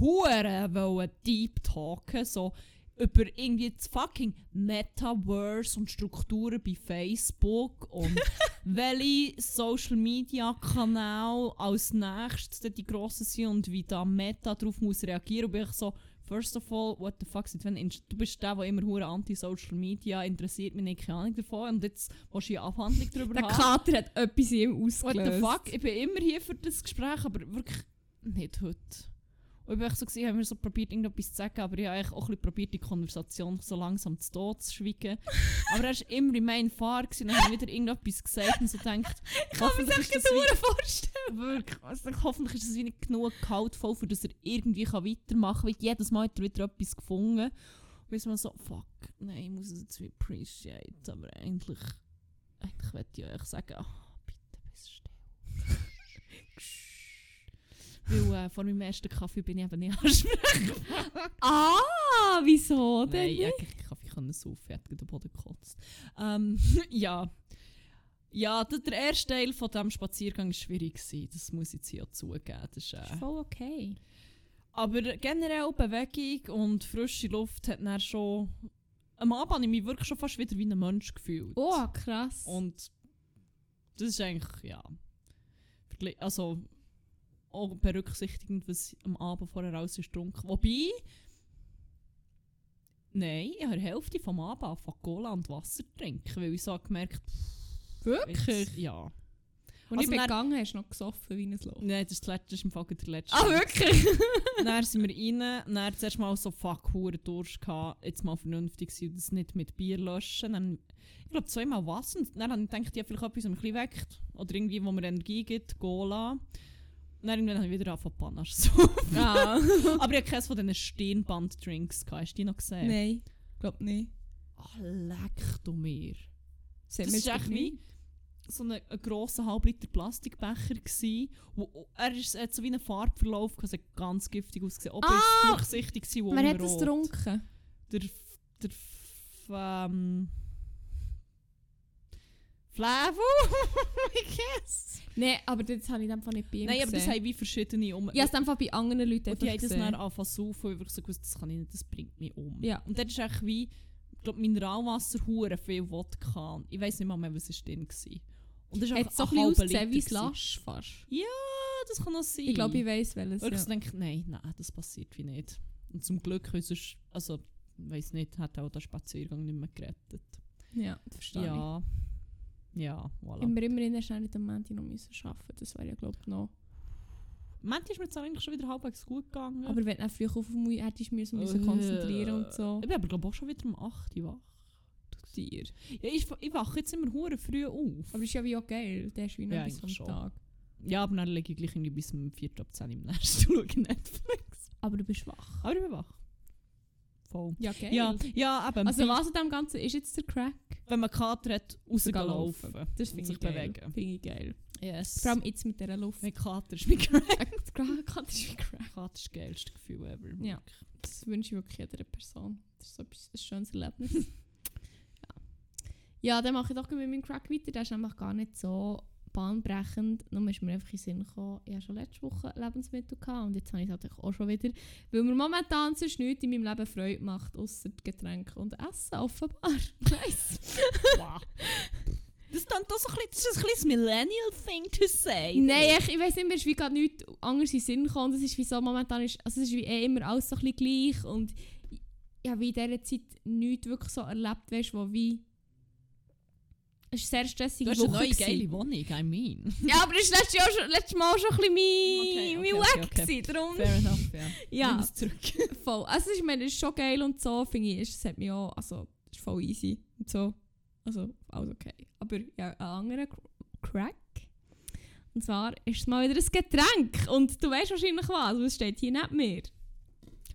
hure wollen deep talken, so über irgendwie das fucking Metaverse und Strukturen bei Facebook und welche Social Media Kanäle als nächstes dann die grossen sind und wie da Meta darauf muss reagieren. Und bin ich so, first of all, what the fuck, seit wann inst- du bist der, der immer hure anti-Social Media interessiert, mich nicht keine Ahnung davon und jetzt willst du eine Abhandlung darüber Der haben. Kater hat etwas in ihm What ausgelöst. the fuck? Ich bin immer hier für das Gespräch, aber wirklich nicht heute. Und ich war echt so, gewesen, ich habe mir so probiert, irgendetwas zu sagen, aber ich habe eigentlich auch ein bisschen probiert, die Konversation so langsam zu tot zu schweigen. aber er war immer in meinem Fahr gewesen, und hat wieder irgendetwas gesagt und so denkt, hoffentlich ist das wie, Hure vorstellen. wirklich, also, ich- hoffentlich ist das wie nicht genug gehaltvoll, für dass er irgendwie kann weitermachen kann, weil jedes Mal hat er wieder etwas gefunden. Und ich war so, fuck, nein, ich muss es jetzt wie appreciate, aber eigentlich, eigentlich möchte ich euch sagen, ah, bitte bist still. Weil äh, vor meinem ersten Kaffee bin ich eben nicht ansprechbar. Ah, wieso denn? Nein, nicht? ich ich Kaffee können saufen, ich hätte den Boden gekotzt. Ähm, ja. Ja, der, der erste Teil von diesem Spaziergang war schwierig. Gewesen. Das muss ich jetzt hier auch zugeben. Das ist, äh, Ist voll okay. aber generell Bewegung und frische Luft hat dann schon... Am Abend habe ich mich wirklich schon fast wieder wie ein Mensch gefühlt. Oh, krass. Und das ist eigentlich, ja. vergli- Also auch berücksichtigend, was am Abend vorher alles ist getrunken. Wobei. Nein, ich habe die Hälfte vom Abend angefangen, Cola und Wasser zu trinken, weil ich so gemerkt Wirklich? jetzt- Ja. Als Also ich dann- begangen hast du noch gesoffen wie ein Loch. Nein, das ist, das letzte, das ist im Fall gerade der letzte. Ah, wirklich? dann sind wir rein, dann zuerst mal so fuck, hure Durst gehabt, jetzt mal vernünftig sein und das nicht mit Bier löschen. Dann, ich glaube zweimal Wasser und dann habe ich gedacht, ja vielleicht etwas, was mich ein bisschen weckt. Oder irgendwie, wo mir Energie gibt, Cola. Dann irgendwann habe ich wieder angefangen Panache zu saufen. ah. Aber ich habe keines von diesen Stirnband-Drinks gehabt, hast du die noch gesehen? Nein, glaub nicht. Ah, leck du mir. Sehen Das wir ist jetzt echt nicht. wie so ein, ein grosser halb Liter Plastikbecher gsi, wo oh, er ist er hat so wie einen Farbverlauf, gehabt, es hat ganz giftig ausgesehen. Oben ist es Ah! durchsichtig gsi, wo Wer hat das rot. getrunken? Der F- der F- ähm, Flevo, I guess. Nein, aber das habe ich in dem Fall nicht bei ihm Nein, aber das gesehen. haben wie verschiedene um. Ich habe es in dem Fall bei anderen Leuten Und die einfach haben das gesehen. dann angefangen zu saufen, weil ich so gewusst, das kann ich nicht, das bringt mich um. Ja. Und dort ist echt wie, ich glaube, Mineralwasser, hure viel Wodka. Ich weiß nicht mal mehr, was es drin war. Und das ist Hat auch es so ein ein bisschen halber ausgesehen Liter wie gewesen. Slush fast. Ja, das kann noch sein. Ich glaube, ich weiß welches. Wirklich Ja. so denke, nein, nein, das passiert wie nicht. Und zum Glück, weil sonst, also, ich weiß nicht, hat auch der Spaziergang nicht mehr gerettet. ja, das verstehe ja. Ja. Ja, ich. voilà. Wenn wir immerhin erst nicht am Montag noch müssen arbeiten das wäre ja, glaube ich, noch Manchmal ist mir das eigentlich schon wieder halbwegs gut gegangen. Aber wenn du dann früh auf mich hättest du müssen, müssen Äh. konzentrieren und so. ich bin aber glaube auch schon wieder um 8 Uhr wach. Dir. Ja, ich, ich wache jetzt immer hure früh auf. Aber ist ja wie auch geil, der ist wie noch Ja, bis eigentlich am schon. Tag. Ja, aber dann lege ich gleich irgendwie bis um 4 ab 10 Uhr im Nest und schaue Netflix. Aber du bist wach. Aber ich bin wach. Voll. Ja, geil. Ja, ja eben. also was an dem Ganzen ist jetzt der Crack? wenn man Kater hat, rausgehen laufen. Das Und finde sich ich geil. bewegen. Finde ich geil. Yes. Vor allem jetzt mit dieser Luft. Mit Kater ist mein Crack. Gerade ist wie Crack. Kater ist das geilste Gefühl ever. Ja. Das wünsche ich wirklich jeder Person. Das ist so etwas- ein schönes Erlebnis. ja. ja, dann mache ich doch gleich mit meinem Crack weiter. Der ist nämlich gar nicht so bahnbrechend. Nur ist mir einfach in den Sinn gekommen, ich hatte schon letzte Woche Lebensmittel gehabt und jetzt habe ich es natürlich auch schon wieder. Weil mir momentan sonst nichts in meinem Leben Freude macht, außer Getränke und Essen, offenbar. Nice. Wow. Das, dann, das, ist ein bisschen, das ist ein bisschen Millennial-Thing to say. Nein, ich, ich weiß nicht, mir ist wie gerade nichts anderes in den Sinn gekommen. Das ist wie so, momentan ist, also es ist wie eh immer alles so ein bisschen gleich und ich- ich habe wie in dieser Zeit nichts wirklich so erlebt, weißt du, wo wie... Es war eine sehr stressige Du hast eine Woche neue gewesen. geile Wohnung, I mean. Ja, aber das war letztes, Jahr schon- letztes Mal schon ein bisschen Okay, okay, mein, mein okay, Wack okay. gewesen, darum... Fair enough, ja. Nimm Ja, es zurück. voll. Also ich meine, es ist schon geil und so, finde ich, es hat mich auch, also, es ist voll easy und so. Also, alles okay. Aber ja, ein anderer Cr- Crack. Und zwar ist es mal wieder ein Getränk. Und du weißt wahrscheinlich was, weil es steht hier nicht mehr.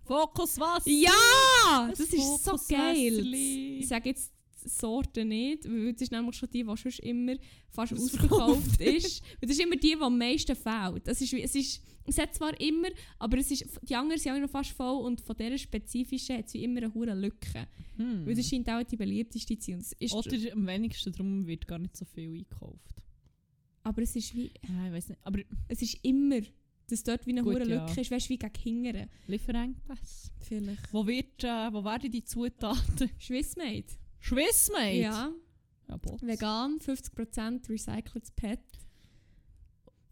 Fokus was? Ja! Ein Das ist so geil. Fokuswässerli. Ich sage jetzt die Sorte nicht, weil das ist nämlich schon die, die sonst immer fast Ausverkauft ausverkauft ist. Weil das ist immer die, die am meisten fehlt. Das ist, wie- es, ist, es hat zwar immer, aber es ist, die anderen sind auch noch fast voll und von dieser spezifischen hat es wie immer eine hohe Lücke. Hm. Weil das scheint auch die beliebteste zu sein. Und es Ist, Oder am wenigsten, darum wird gar nicht so viel eingekauft. aber es ist, wie, Ja, ich weiß nicht. Aber es ist immer, dass dort wie eine Gut, hohe Lücke ja. ist, weißt du, wie gegen Hingere. Lieferengpässe? Vielleicht. Wo, wird, äh, wo werden die Zutaten? Swissmade. Schwissmade? Ja, ja Bots. vegan, 50% recyceltes PET.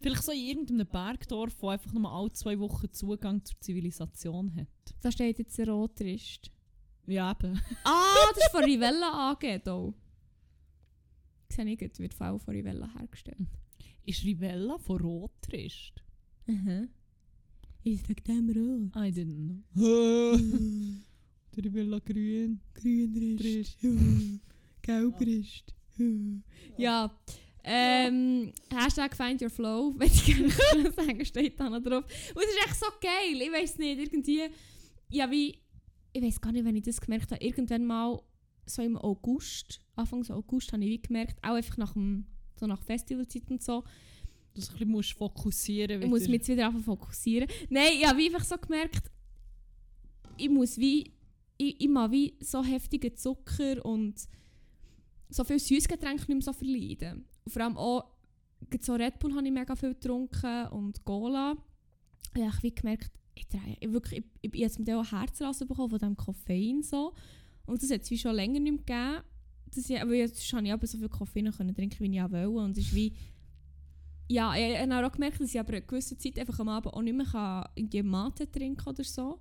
Vielleicht so in irgendeinem Bergdorf, wo einfach nur alle zwei Wochen Zugang zur Zivilisation hat. Da steht jetzt ein Rotrist. Ja, eben. Ah, das ist von Rivella AG hier. Sehe ich gut, wird vor allem von Rivella hergestellt. Ist Rivella von Rotrist? Mhm. Ist wegen dem rot. I didn't know. Der Rivella grün. Grünrist. Gelbrist. ja. Ähm, Hashtag Find Your Flow, wenn ich gerne sagen, steht da noch drauf. Und es ist echt so geil, ich weiß nicht, irgendwie, ja wie, ich weiß gar nicht, wenn ich das gemerkt habe, irgendwann mal, so im August, Anfang August, habe ich wie gemerkt, auch einfach nach dem, so nach Festivalzeit und so, Dass du ein bisschen musst fokussieren Ich muss wieder. mich jetzt wieder einfach fokussieren. Nein, ich habe wie einfach so gemerkt, ich muss wie, ich, ich mag wie so heftigen Zucker und so viel Süßgetränke nicht mehr so verleiden. Und vor allem auch, gerade so Red Bull habe ich mega viel getrunken und Cola. Und ich habe wie gemerkt, ich, drehe, ich, wirklich, ich, ich, ich habe zum Teil auch Herzrasen bekommen von diesem Koffein so. Und das hat es wie schon länger nicht mehr gegeben. Das, ja- weil jetzt habe ich aber so viel Koffein können trinken, wie ich auch wollte. Und es ist wie ja, ich, ich habe auch gemerkt, dass ich aber eine gewisse Zeit einfach am Abend auch nicht mehr kann, irgendwie Mate trinken oder so.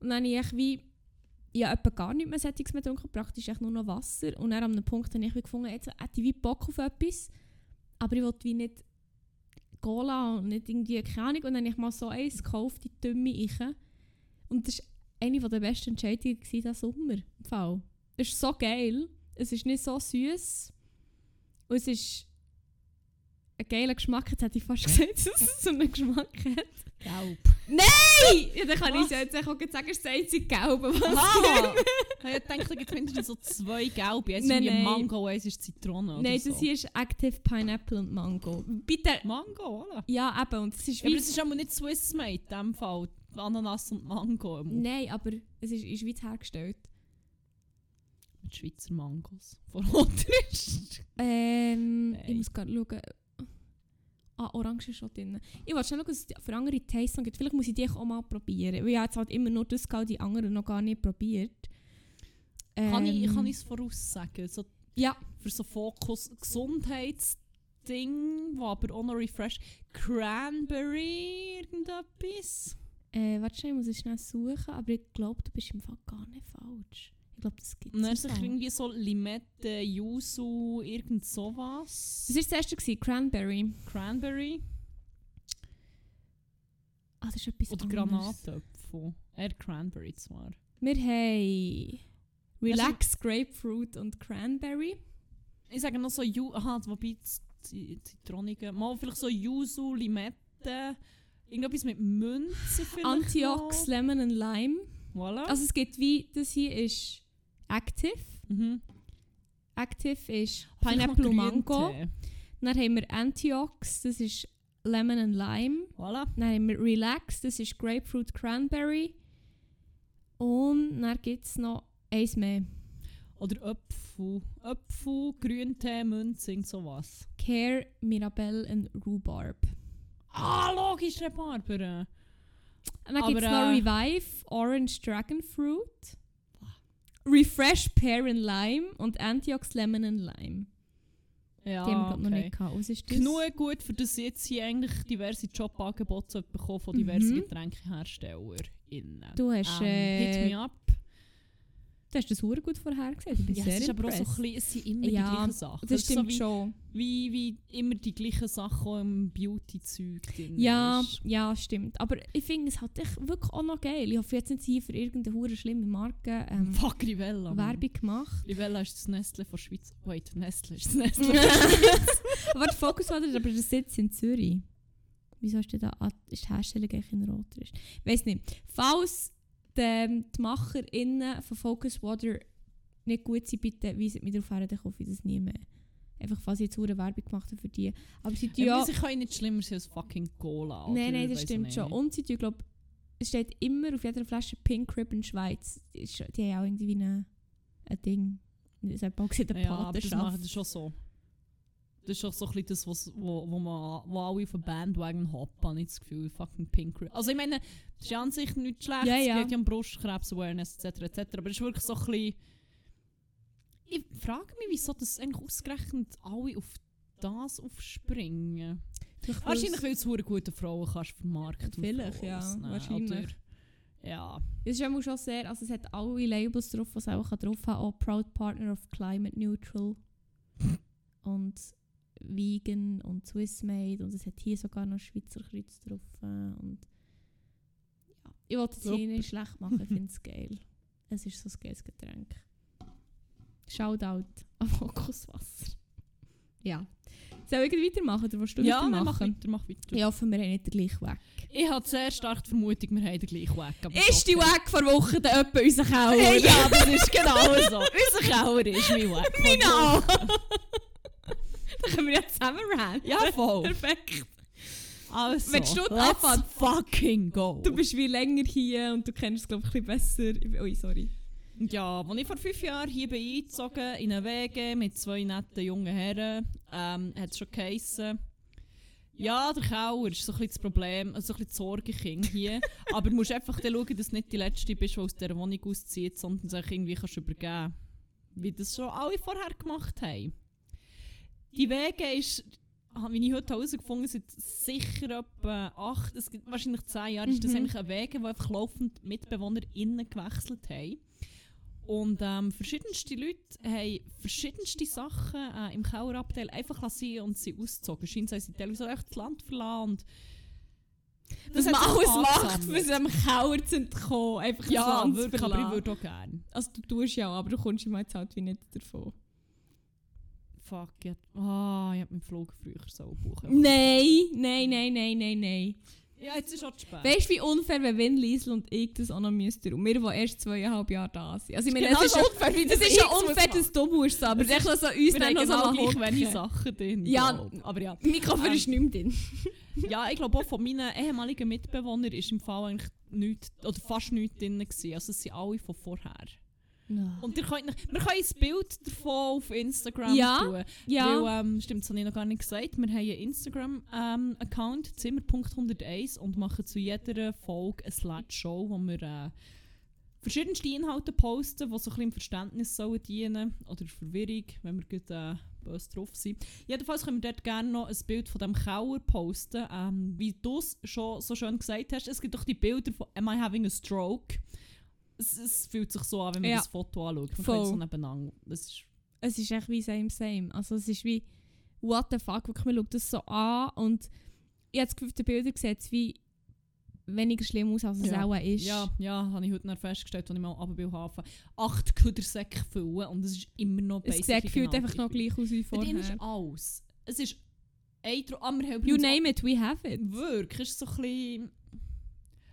Und dann habe ich echt wie, ja, etwa gar nicht mehr Sättiges mehr getrunken, praktisch echt nur noch Wasser. Und dann an einem Punkt habe ich wie gefunden, jetzt hätte ich wie Bock auf etwas, aber ich wollte wie nicht Cola und nicht irgendwie, keine Ahnung. Und dann habe ich mal so eins gekauft, die Tümme ich. Und das war eine der besten Entscheidungen diesen Sommer. Im Fall. Es ist so geil, es ist nicht so süß und es ist einen geilen Geschmack, jetzt hätte ich fast gesagt, dass es so einen Geschmack hat. Gelb. Nein! Ja, dann kann ich es Was? ja jetzt auch gleich sagen, es ist das einzige Gelbe, was Aha! Ah! ich dachte, da gibt es mindestens so zwei gelbe. Eins Nein, ist wie nein. Mango, eins ist Zitrone oder Nein, so. das hier ist Active Pineapple und Mango. Bitte... Mango, oder? Ja, eben, und es ist Ja, aber wie... es ist aber nicht Swiss Made in dem Fall. Ananas und Mango. Mit Nein, aber es ist in der Schweiz hergestellt. Schweizer Mangos. Von Rotrist. Ähm, Nein. ich muss gerade schauen. Ah, Orange ist schon drin. Ich wollte schon schauen, was es für andere Tastes noch gibt. Vielleicht muss ich die auch mal probieren. Weil ich habe jetzt halt immer nur das gehabt, die anderen noch gar nicht probiert. Kann ich Ähm, kann ich es voraussagen? So, Ja. Für so Fokus Gesundheitsding, wo aber auch noch refresh. Cranberry, irgendetwas. Äh, warte schnell, ich muss es schnell suchen, aber ich glaube, du bist im Fall gar nicht falsch. Ich glaube, das gibt Und dann es. sicher irgendwie so Limette, Yuzu, irgend sowas. Das war das erste, gewesen, Cranberry. Cranberry. Ah, das ist etwas Oder anderes. Granatöpfel. Eher Cranberry zwar. Wir haben Also- Relax, Grapefruit und Cranberry. Ich sage noch so, Ju aha, wobei Z- Z- Zitronigen, mal vielleicht so Yuzu, Limette, irgendetwas mit Münze vielleicht Antiox, noch. Lemon und Lime. Voilà. Also es gibt wie, das hier ist Active. mhm. Active ist Vielleicht noch Pineapple und Mango. Grüntee. Dann haben wir Antiox, das ist Lemon and Lime. Voilà. Dann haben wir Relax, das ist Grapefruit Cranberry. Und dann gibt es noch eins mehr. Oder Äpfel. Äpfel, Grüntee, Münze, irgend sowas. Care, Mirabelle und Rhubarb. Ah, logisch, Rhabarber. Und dann gibt es Aber, noch äh, Revive, Orange Dragon Fruit. Refresh Pear and Lime und Antiox Lemon and Lime. Ja, die haben wir glaub, noch Ah, okay. nicht gehabt. Was ist das? Genug gut, für das ich jetzt hier eigentlich diverse Jobangebote sollte bekommen von diversen Mhm. GetränkeherstellerInnen. Du hast, Ähm, hit äh, me up. du hast das sehr gut vorhergesehen. Du bist Ja, sehr es ist aber auch so ein impressed. bisschen, es sind immer Ja, die gleichen Sachen. Das ist so stimmt wie, schon. wie, wie immer die gleichen Sachen auch im Beauty-Zeug drin Ja, ist. ja, stimmt. Aber ich finde es halt echt wirklich auch noch geil. Ich hoffe jetzt nicht hier für irgendeine hure schlimme Marke ähm, Fuck Rivella. Mann. Werbung gemacht. Rivella ist das Nestle von Schweiz. Oh, Wait, Nestle ist das Nestle. aber der Fokus hat aber der Sitz in Zürich. Wieso ist denn da ah, ist die Herstellung eigentlich in Rotrisch? Weiß nicht. Falls die, die MacherInnen von Focus Water nicht gut sind, bitte weiset mich darauf her, dann kaufe ich das nie mehr. Einfach, falls ich jetzt hure Werbung gemacht habe für die. Aber sie tun ja... Ja. Sie können nicht schlimmer sein als fucking Cola. Nein, oder nein, das weiss stimmt nicht. schon. Und sie tun, glaube es steht immer auf jeder Flasche Pink Ribbon Schweiz. Die, ist, die haben auch irgendwie eine- ein Ding. Das hat man gesehen, der ja, dus aber das machen Patenschaft. das schon so. Das ist schon so ein bisschen das, was, wo, wo, man, wo alle auf den Bandwagon hoppen, habe ich das Gefühl. Fucking Pink Rip. Also ich meine, das ist ja an sich nicht schlecht. Ja, ja. Es geht ja um Brustkrebs, Awareness etc. etc. Aber es ist wirklich so ein bisschen... Ich frage mich, wieso das eigentlich ausgerechnet alle auf das aufspringen. Vielleicht, weil Wahrscheinlich, es- weil du zu guten Frauen kannst vermarkten. und Vielleicht, ja, Frauen ausnehmen, wahrscheinlich. oder- Ja. Es ist auch schon sehr, also es hat alle Labels drauf, was auch drauf haben. Auch Proud Partner of Climate Neutral. und Vegan und Swiss Made. Und es hat hier sogar noch Schweizer Kreuz drauf. äh, Und ja. Ich wollte es hier Super. nicht schlecht machen, ich finde es geil. Es ist so ein geiles Getränk. Shoutout an Fokuswasser. Ja. Soll ich weitermachen oder willst du ja, nein, mach weitermachen? weiter, mach weiter. Ich hoffe, wir haben nicht den gleichen Weg. Ich habe sehr stark die Vermutung, wir haben den gleichen Weg. aber Ist die okay. Weg vor Wochen der jemand unseren Keller? Hey, ja, das ist genau so. Unser Keller ist mein Weg. Genau! Dann können wir ja zusammen ran. Ja, voll. Perfekt. Also, Willst du let's anfangen? fucking go. Du bist wie länger hier und du kennst es, glaube ich, ein bisschen besser. Ich- Ui, sorry. Ja, als ich vor fünf Jahren hier bin eingezogen in eine WG mit zwei netten jungen Herren, ähm, hat es schon geheissen, ja, der Keller ist so ein bisschen das Problem, also so ein bisschen das Sorgenkind hier. Aber du musst einfach dann schauen, dass du nicht die Letzte bist, die aus dieser Wohnung auszieht, sondern sich irgendwie kannst übergeben Wie das schon alle vorher gemacht haben. Die WG ist, ah, wie ich heute herausgefunden habe, seit sicher etwa acht, es gibt wahrscheinlich zehn Jahre, ist das Mhm. eigentlich eine WG, wo einfach laufend MitbewohnerInnen gewechselt haben. Und ähm, verschiedenste Leute haben verschiedenste Sachen äh, im Kauerabteil einfach lassen sein und sie ausgezogen. Scheint, sie haben sie teilweise auch echt das Land verlassen. und- Dass hat man sich alles macht, um angesammelt. aus einem Keller zu entkommen. Einfach Ja, das Land zu wirklich, aber ich verlassen. würde auch gerne. Also du tust ja, aber du kommst immer jetzt halt wie nicht davon. Fuck, ich hätte- ah, ich hätte meinen Flug früher so buchen Nein, nein, nein, nein, nein, nein. Ja, jetzt ist auch zu spät. Weißt du, wie unfair, wenn Vin Liesel und ich das auch noch müssten? Und wir, die erst zweieinhalb Jahre da sind. Also, ich meine, Genau es ist, so ja, unfair, wie das das ist ja ich muss unfair, machen. dass du musst, aber Es ich lasse uns wir dann haben noch so genau lange gleich wenig hocken. Sachen drin. Ja, glaub. aber ja. Mikrofon Ähm, ist nicht mehr drin. Ja, ich glaube auch von meinen ehemaligen Mitbewohnern ist im Fall eigentlich nichts, oder fast nichts drin gewesen. Also es sind alle von vorher. Und ihr könnt nicht, wir können ein Bild davon auf Instagram Ja, tun. Ja, Weil, ähm, stimmt, das habe ich noch gar nicht gesagt. Wir haben einen Instagram-Account, Zimmer.101, und machen zu jeder Folge eine Slideshow, wo wir äh, verschiedenste Inhalte posten, die so ein bisschen im Verständnis sollen dienen oder Verwirrung, wenn wir gerade äh, böse drauf sind. Jedenfalls können wir dort gerne noch ein Bild von dem Kauer posten. Ähm, wie du es schon so schön gesagt hast, es gibt doch die Bilder von «Am I having a stroke?» Es, es fühlt sich so an, wenn man Ja. das Foto anschaut. Man Voll. Voll. so nebeneinander. Das ist es ist echt wie same same. Also es ist wie, what the fuck, wirklich, man schaut das so an und ich habe das Gefühl, auf den Bildern sieht es wie weniger schlimm aus, als es Ja. auch ist. Ja, ja, habe ich heute noch festgestellt, als ich mal runter bin Hafen. Acht Küdersäcke füllen und es ist immer noch es sieht gefühlt einfach noch gleich aus wie Bei denen vorher. ist alles. Es ist ein Tra- ah, wir haben You übrigens auch- name it, we have it. Wirklich, es ist so ein bisschen...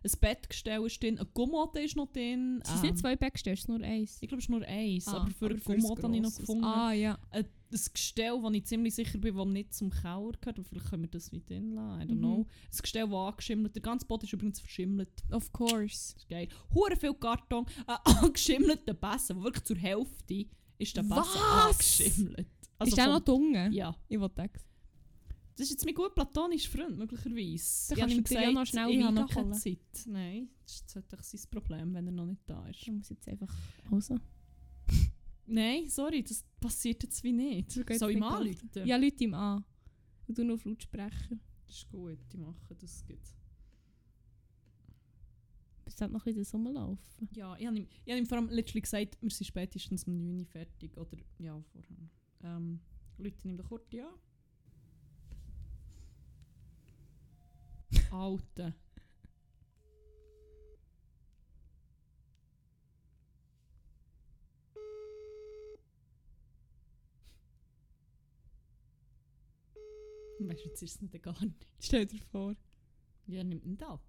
Ein Bettgestell ist drin, eine Gummotte ist noch drin. Es sind ähm, nicht zwei Backstage, es ist nur eins. Ich glaube, es ist nur eins, Ah, aber für eine für's Gummotte habe ich noch Grosses. gefunden. Ah, ja. Ein, ein Gestell, wo ich ziemlich sicher bin, das nicht zum Kauer gehört, aber vielleicht können wir das wieder lassen, I don't Mhm. know. Ein Gestell, das angeschimmelt Der ganze Boden ist übrigens verschimmelt. Of course. Das ist geil. Hure viel Karton, äh, ein angeschimmelter Besen, wo wirklich zur Hälfte ist der Besen Was? angeschimmelt. Also ist der vom- noch dunkel? Ja. Ich wollte sagen. Das ist jetzt mein gut platonischer Freund, möglicherweise. Dann kann ich ihm mit dir ja noch schnell ich habe noch Wein keine holen. Zeit. Nein, das ist jetzt halt doch sein Problem, wenn er noch nicht da ist. Ich muss jetzt einfach raus. Nein, sorry, das passiert jetzt wie nicht. Wir gehen Soll ich jetzt mal nicht anrufen? Ja, ah. Leute ihm an. Und du noch auf Lautsprecher. Das ist gut, die machen das gut. Bis dann noch ein bisschen das rumlaufen. Ja, ich habe ihm, ich habe ihm vor allem literally gesagt, wir sind spätestens um 9 Uhr fertig. Oder ja, vorher. Ähm, Leute, nimm den Kurti an. Alter. Weißt du, jetzt ist es nicht gar nicht. Stell dir vor. Ja, nimmt nicht ab.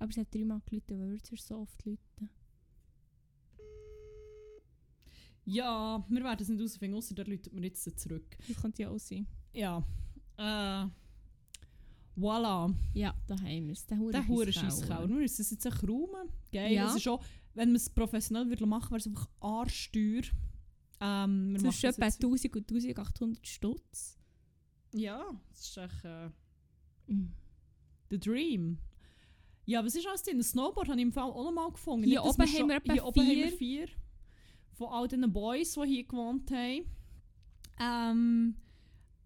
Aber es hat dreimal geläutet, weil wir zuerst so oft läuten. Ja, wir werden es nicht herausfinden, außer der läutet mir jetzt zurück. Das könnte ja auch sein. Ja. Äh. Voilà. Ja, daheim ist es. Der Hure Der hure Scheisskauer. Nur ist es jetzt ein Raum. Geil. Ja. Es ist auch, wenn man es professionell würde machen, wäre es einfach arschteuer. Ähm, wir Zwischen machen etwa das jetzt- 1000 und 1800 Stutz. Ja, das ist echt äh, the dream. Ja, was ist alles denn? Ein Snowboard habe ich im Fall auch noch mal gefunden. Hier Nicht, dass wir oben haben schon- wir etwa hier oben haben wir vier. vier. Von all den Boys, die hier gewohnt haben. Ähm,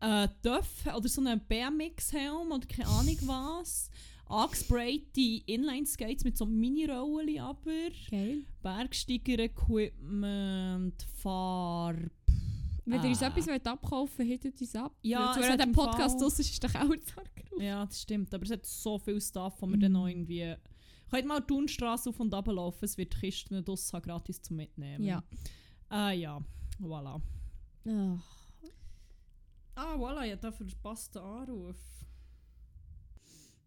äh, Duff oder so einen BMX-Helm oder keine Ahnung was. Angesprayte Inline-Skates mit so Mini-Rollen aber. Geil. Bergsteiger-Equipment, Farbe. Wenn ihr uns Ah. etwas wollt abkaufen wollt, hättet ihr uns ab. Ja, Weil es wenn hat der im Podcast Fall- draus ist, ist doch auch der Arg Ja, das stimmt. Aber es hat so viel Stuff, wo wir dann Mhm. noch irgendwie. Könnt mal die Thunstrasse auf und ab laufen, es wird Kisten draussen haben, gratis zum Mitnehmen. Ja. Äh, ja. Voilà. Ach, Ah, voilà, ja, dafür passt der Anruf.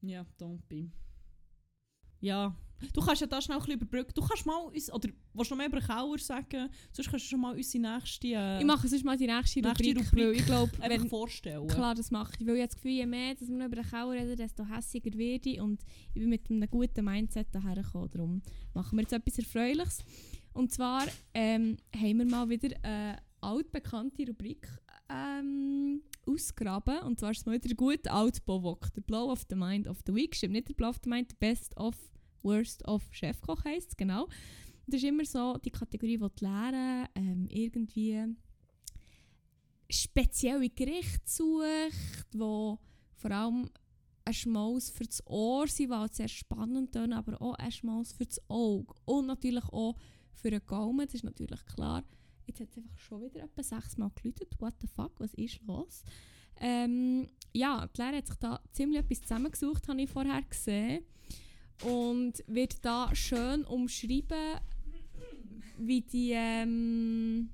Ja, Tompi. Ja. Du kannst ja da schnell ein bisschen überbrücken. Du kannst mal uns, oder willst du noch mehr über den Keller sagen? Sonst kannst du schon mal unsere nächste, äh, Ich mache sonst mal dus die nächste, Nächste Rubrik, Rubrik. weil ich glaube, einfach wenn... vorstellen. Klar, das mache ich, weil ich habe das Gefühl, je mehr dass wir noch über den Kauer reden, desto hässiger werde ich und ich bin mit einem guten Mindset daher gekommen. Darum machen wir jetzt etwas Erfreuliches. Und zwar ähm, haben wir mal wieder eine altbekannte Rubrik ähm, ausgraben. Und zwar ist es mal wieder gut alt Bovok. Der Blow of the Mind of the Week. Stimmt nicht der Blow of the Mind, der Best of Worst of Chefkoch heisst es, genau. Das ist immer so die Kategorie, die die Lehre ähm, irgendwie spezielle Gerichte sucht, wo vor allem ein Schmaus für das Ohr sind, weil es sehr spannend tönt, aber auch ein Schmaus für das Auge. Und natürlich auch für den Gaumen, das ist natürlich klar. Jetzt hat es einfach schon wieder etwa sechsmal geläutet. What the fuck, was ist los? Ähm, ja, die Lehre hat sich da ziemlich etwas zusammengesucht, habe ich vorher gesehen. Und wird da schön umschrieben, wie die, ähm,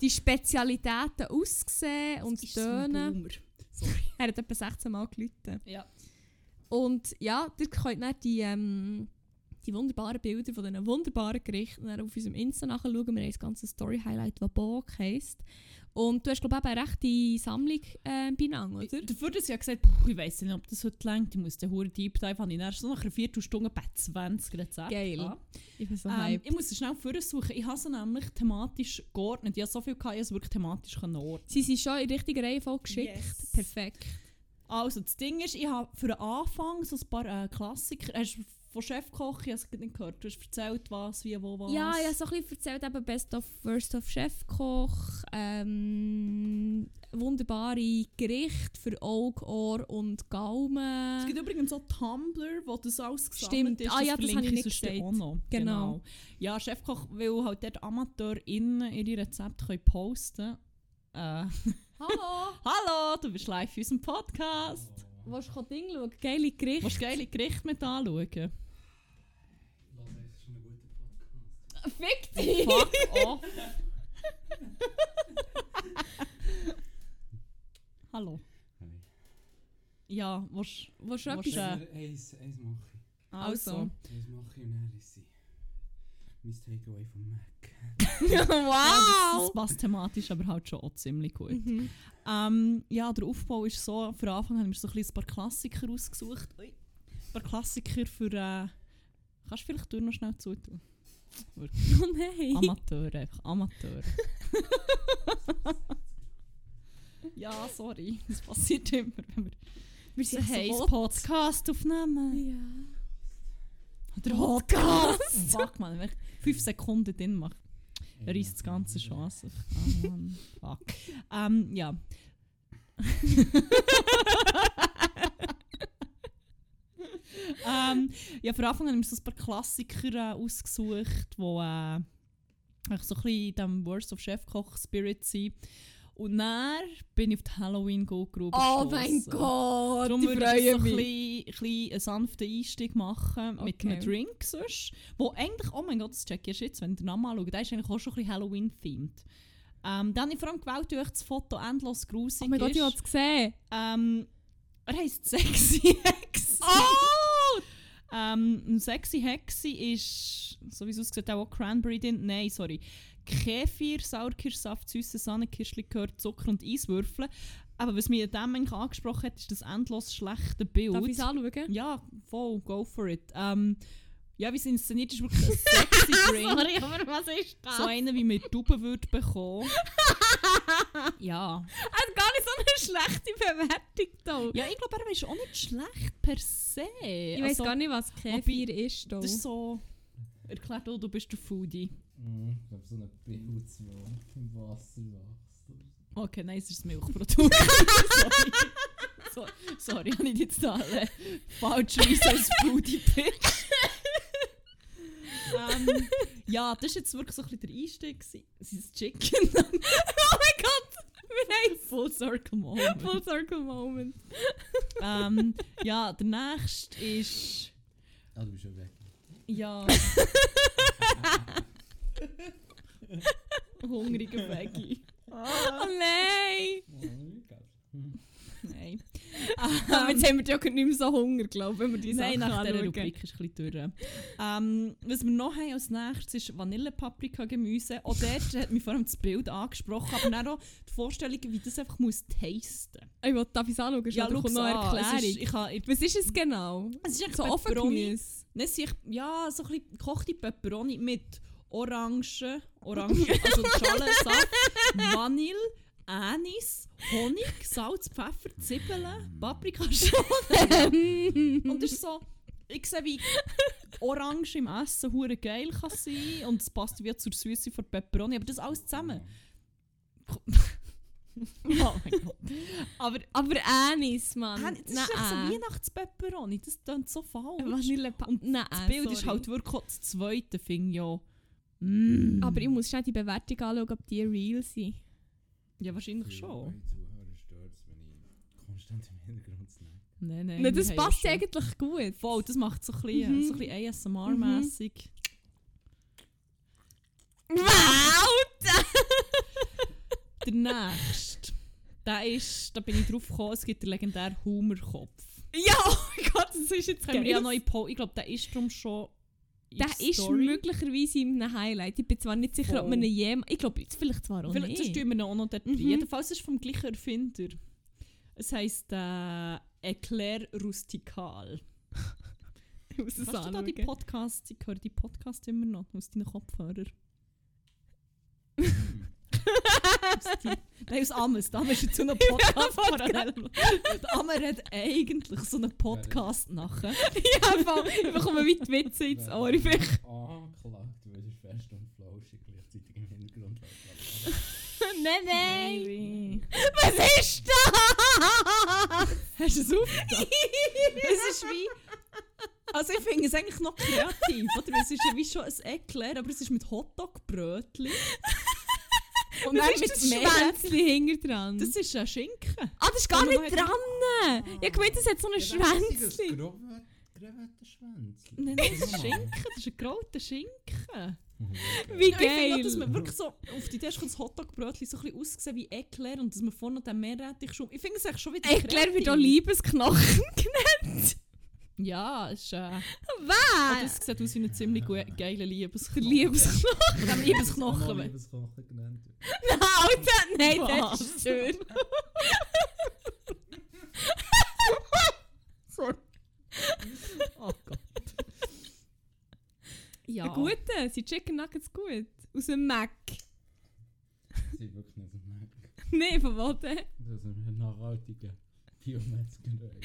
die Spezialitäten aussehen und tönen. Sorry. Er hat etwa 16 Mal geläutet. Ja. Und ja, ihr könnt dann die, ähm, die wunderbaren Bilder von diesen wunderbaren Gerichten dann auf unserem Insta nachschauen. Wir haben das ganze Story-Highlight, das Bog heisst. Und du hast, glaube ich, eben eine rechte Sammlung äh, beieinander, oder? Dafür, dass ich ja gesagt habe, ich weiß nicht, ob das heute längt, ich muss den hohen Deep Dive haben. Ich erst so nach einer Viertelstunde bei 20 Rezepten. Geil. an. Ich bin so Ah. Ähm, ich muss es schnell vorsuchen. Ich habe sie nämlich thematisch geordnet. Ich habe so viel gehabt, ich habe es wirklich thematisch ordnen. Sie sind schon in der richtigen Reihenfolge geschickt. Yes. Perfekt. Also, das Ding ist, ich habe für den Anfang so ein paar äh, Klassiker. Hast du von Chefkoch, ich habe es nicht gehört, du hast erzählt, was, wie, wo, was. Ja, ich habe so ein bisschen erzählt, eben Best of Worst of Chefkoch, ähm, wunderbare Gerichte für Auge, Ohr und Gaumen. Es gibt übrigens auch Tumblr, wo das alles gesammelt Stimmt. ist. Ah ja, das verlinke habe ich nicht sonst dann gesagt. auch noch. Genau. Ja, Chefkoch, weil halt dort AmateurInnen ihre Rezepte können posten können. Äh, Hallo! hallo, du bist live in unserem Podcast. willst du Ding schauen? Geile Gerichte. Musst du geile Gerichte mit anschauen? Lass es Fick ist schon ein guter Podcast. dich! Fuck off! Hallo. Hey. Ja, was Willst du Was etwas? ist- Sag mir, Eins, eins mache ich. also. Eins mache ich und dann ist sie. Mein Takeaway vom Mac. Ja, das, das wow! passt thematisch aber halt schon auch ziemlich gut. Mhm. Ähm, ja, der Aufbau ist so, für Anfang haben wir so ein, bisschen ein paar Klassiker ausgesucht. Ui. Ein paar Klassiker für, äh, kannst du vielleicht die Tür noch schnell zutun? Oh nein! Amateure, einfach Amateure. ja, sorry, das passiert immer, wenn wir wir so heiß hot. Podcast aufnehmen. Ja. Der Podcast! Fuck, man, wenn ich fünf Sekunden drin mache. Er ist das Ganze schon an sich. Ah, Mann. Fuck. Ähm, ja. ähm, ja, für Anfang haben wir so ein paar Klassiker äh, ausgesucht, die äh, echt so ein bisschen in diesem Worst of Chefkoch-Spirit sind. Und dann bin ich auf die Halloween-Go-Gruppe Oh mein Gott! Darum ich würde ich freue so ein mich! bisschen, bisschen einen sanften Einstieg machen mit Okay. einem Drink sonst, wo eigentlich, oh mein Gott, das check ich jetzt, wenn ihr den Namen anschaut, der ist eigentlich auch schon ein bisschen Halloween-themed. Ähm, dann habe ich vor allem gewählt, weil euch das Foto endlos grusig Oh mein Gott, ich ist. habe es gesehen! ähm, er heisst Sexy Hex. Oh! Ähm, ein Sexy Hexe ist, so wie es aussieht, auch Cranberry drin. Nein, sorry. Kefir, Sauerkirschsaft, süße Sahne, Kirschlikör, Zucker und Eiswürfel. Aber was mich an dem eigentlich angesprochen hat, ist das endlos schlechte Bild. Darf ich es anschauen? ja, voll, go for it. Ähm, ja, wie es inszeniert ist, wirklich ein sexy Drink. Sorry, aber was ist das? so einen, wie man Duben würde bekommen. ja. hat gar nicht so eine schlechte Bewertung da. Ja, ich glaube, er ist auch nicht schlecht per se. ich weiß gar nicht, was Kefir ist da. Das ist so... Erklärt auch, du bist der Foodie. Mhm, ich glaube, so eine Pilz, die im Wasser wächst. Okay, nein, es ist das Milchprodukt. sorry. So, sorry, habe ich jetzt da alle falsch als Foodie Pitch. ähm, ja, das war jetzt wirklich so ein bisschen der Einstieg. gewesen. Sein Chicken. oh mein Gott! Wir haben Full Circle Moment. Full Circle Moment. ähm, ja, der nächste ist... Ah, du bist schon weg. Ja. Hungriger Veggie. Oh nein! Oh, Nein. Aber jetzt haben wir ja nicht mehr so Hunger, glaube ich, wenn wir die Nein, Sachen nach dieser anschauen. Rubrik ist ein bisschen durch. Ähm, was wir noch haben als nächstes ist Vanillepaprika-Gemüse. Auch dort hat mich vor allem das Bild angesprochen, aber dann auch die Vorstellung, wie das einfach muss tasten. Ich will, darf ich es anschauen? Ja, kommt noch eine Erklärung. Es ist, ich kann, ich, was ist es genau? es ist echt So offen Pepperoni. Gemüse? Nein, es ist- Ja, so ein bisschen gekochte Pepperoni mit Orangen, Orangen, also Schalensaft, Vanille, Anis, Honig, Salz, Pfeffer, Zwiebeln, Paprikaschoten. Und das ist so, ich sehe, wie Orange im Essen hure geil kann sein und es passt wie zur Süße von Pepperoni, aber das alles zusammen. Oh mein Gott. Aber Aber Anis, Mann. Hä, das ist echt so Weihnachtspepperoni, das klingt so falsch. Vanillepa Und Nein, das Bild ist Nou, sorry. halt wirklich auch das zweite, finde ich ja. Mm. Aber ich muss schnell die Bewertung anschauen, ob die real sind. Ja, wahrscheinlich schon. Meine Zuhörer stört es, wenn ich konstant im Hintergrund snack. Nein, nein. Nein, das wir haben passt ja schon- eigentlich gut. Voll, das macht so ein bisschen, Mhm. so ein bisschen ASMR-mässig. Wow! Der Mhm. nächste, der ist, da bin ich drauf gekommen, es gibt den legendären Hummerkopf. Ja, oh mein Gott, das ist jetzt Können wir ja geil. noch in Po. Ich glaube, der ist drum schon. in Der die ist möglicherweise in einem Highlight. Ich bin zwar nicht sicher, ob Voll. man ihn jemals... Ich glaube, jetzt vielleicht zwar auch Vielleicht das nicht. tun wir ihn auch noch dort. rein. Mhm. Jedenfalls ist es vom gleichen Erfinder. Es heisst äh, Eclair Rustikal. Ich muss es Hast du da die anschauen. Podcasts? Ich höre die Podcasts immer noch aus deinen Kopfhörern. aus deinen- Nein, aus Ames. Da ist jetzt so ein Podcast parallel. Der Amer hat eigentlich so einen Podcast nachher. ja, voll. Ich bekomme weit Witze ins Ohr. Ich bin- Ah, Angeklagt, weil ich fest und flauschig gleichzeitig im Hintergrund läuft. Nein, nein. Hey. Was ist das? Hast du es aufgetan? es ist wie. Also ich finde es eigentlich noch kreativ, oder? Es ist ja wie schon ein Eclair, aber es ist mit Hotdog-Brötchen. Und dann mit Schwänzen. Schwänzchen hinter dran. Das ist ein Schinken. ah, das ist gar Und nicht noch hat- dran! Ich meine, das hat so ein Schwänzchen. Schwänzchen. Nein, nein, das ist Schinken. Das ist ein grauter Schinken. Wie Ich finde auch, dass geil! man wirklich so auf die Idee kommt, das Hotdog-Brötchen so ein bisschen aussehen wie Eclair und dass man vorne den Meerrettich schon... Ich finde es eigentlich schon wieder Erklär mir doch creepy. Liebensknochen. Ja, es ist... Äh, Ah, das sieht aus wie ein ziemlich gu- geiler Liebeskochen. Liebensknochen. Oder Liebeskochen. weißt du. Liebeskochen genannt. Alter, nein, das Was? ist schön. Sorry. Oh Gott. Ja. Ein guter, sind Chicken Nuggets gut? Aus dem Mac. Das ist wirklich nicht so nett. Nein, von wo denn? Das ist ein nachhaltiger Biometzgerei.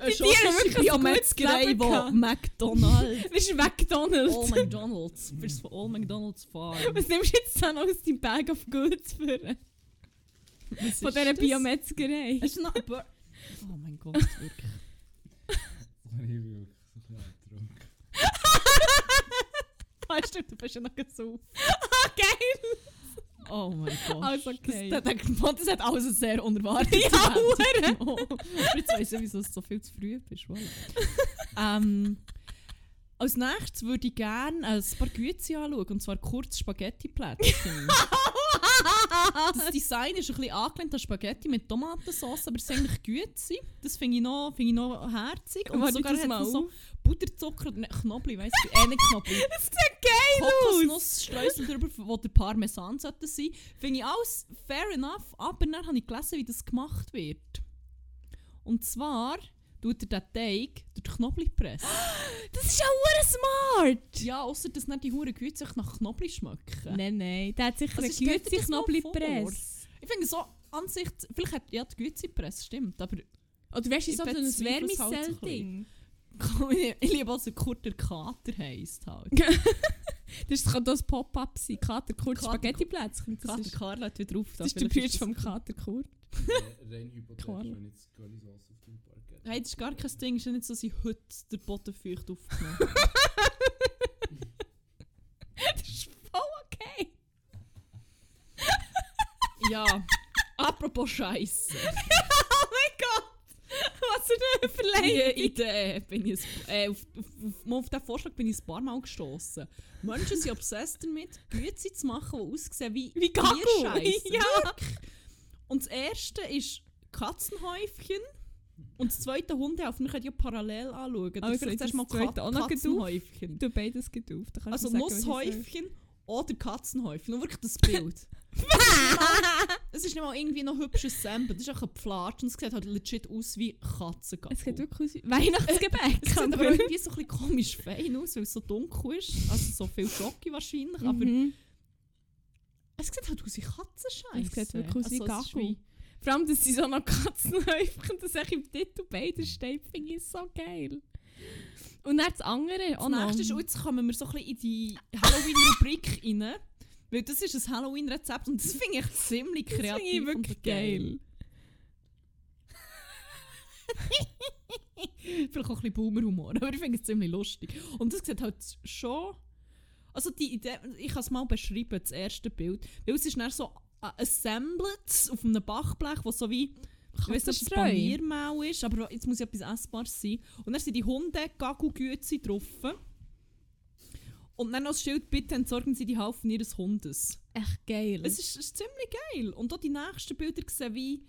Eine Tiere haben schottische wirklich ein gutes Biometzgerei, Leben wo gehabt. McDonald's... Das ist McDonalds. All McDonald's. Wirst von All McDonald's fahren. Was nimmst du jetzt dann aus deinem Bag of Goods für? Von dieser Biometzgerei. Es ist noch ein Bur- Oh mein Gott, wirklich. Ich bin wirklich so ein bisschen angetrunken. Weißt du, du bist ja noch so. Geil! Oh mein Gott. Alles okay. Ah, Das, das, das, das hat alles sehr unerwartet. Ja, Wendung genommen. Aber Jetzt weiss ich, wieso es so viel zu früh bist. Voilà. ähm, als nächstes würde ich gerne ein paar Güte anschauen, und zwar kurz Spaghetti-Plätzchen. Das Design ist ein bisschen angelehnt an Spaghetti mit Tomatensauce, aber es sind eigentlich Güte. Das finde ich, noch- finde ich noch herzig. Und Warte, sogar das hat mal es so auf. Butterzucker oder ne, Knoblauch, weißt du, eh nicht Knoblauch. Das sieht geil aus! Kokosnussstreusel drüber, wo der Parmesan sollte sein. Finde ich alles fair enough, aber dann habe ich gelesen, wie das gemacht wird. Und zwar tut er den Teig durch die Knoblauch pressen. Das ist auch hure smart! Ja, außer dass nicht die hure Güte sich nach Knoblauch schmecken. Nein, nein, der hat sicher Also eine stellt ihr gute das mal Knoblauchpresse. Ich finde so an sich, vielleicht hat ja die Güte Press, stimmt, aber Oder weißt du, Ich so ein bezweifle es halt so ein Wärmesell-Ding? ich liebe auch so kurz der Kater heisst halt. Das kann das Pop-up sein. Kater Kurt Kater- Spaghettiplätzchen. Das, Kater ist- Karl hat wieder auf. das ist der Brütsch vom Kater Kurt. Re- Rein hypothetisch, Klar. wenn jetzt Currysoße auf dem Park hätte. Hey, das ist gar kein Ding, es ist ja nicht so, dass ich heute den Boden feucht aufgenommen Das ist voll okay! Ja, apropos Scheiße. oh mein Gott! Was für eine Die Verleihung! Idee bin ich ein- äh, auf, auf, auf, mal auf diesen Vorschlag bin ich ein paar Mal gestoßen. Menschen sind obsessed damit, Güte zu machen, die aussehen wie, Wie Gagu. Tierscheiße. Ja. Wirklich. Und das erste ist Katzenhäufchen. Und das zweite Hundehaufchen. Wir können ja parallel anschauen. Oder Also vielleicht ist zuerst das mal zweite Kat auch noch Katzenhäufchen. Du beides gedauft. da kannst Also du sagen, was ich sage. Nusshäufchen oder Katzenhäufchen. Und wirklich das Bild. Es ist nicht mal irgendwie noch ein hübsches Sample. Das ist einfach ein Pflatsch und es sieht halt legit aus wie Katzengaffel. Es sieht Es wirklich aus wie Weihnachtsgebäck. sieht aber irgendwie so ein bisschen komisch fein aus, weil es so dunkel ist. Also so viel Schocke wahrscheinlich, aber Mhm. es sieht halt aus wie Katzenscheiße. Es sieht wirklich aus wie Also es ist Gagu. Vor allem, dass sie so noch Katzenhäufchen, das ich im Titel beider steht, finde ich so geil. Und dann das andere, Das oh nächste ist, oh, jetzt kommen wir so ein bisschen in die Halloween-Rubrik rein. Weil das ist ein Halloween-Rezept und das finde ich ziemlich das kreativ finde ich wirklich und geil. Vielleicht auch ein bisschen Boomer-Humor, aber ich finde es ziemlich lustig. Und das sieht halt schon. Also die Idee, ich kann es mal beschreiben, das erste Bild. Weil es ist dann so ein assembled auf einem Backblech, wo so wie. Ich weiß nicht, ob es Katzenstreu. Paniermehl ist, aber jetzt muss ja etwas Essbares sein. Und dann sind die Hunde Gagugüezi drauf. Und dann als Schild, bitte entsorgen Sie die Haufen Ihres Hundes. Echt geil. Es ist, es ist ziemlich geil. Und auch die nächsten Bilder sehen wie.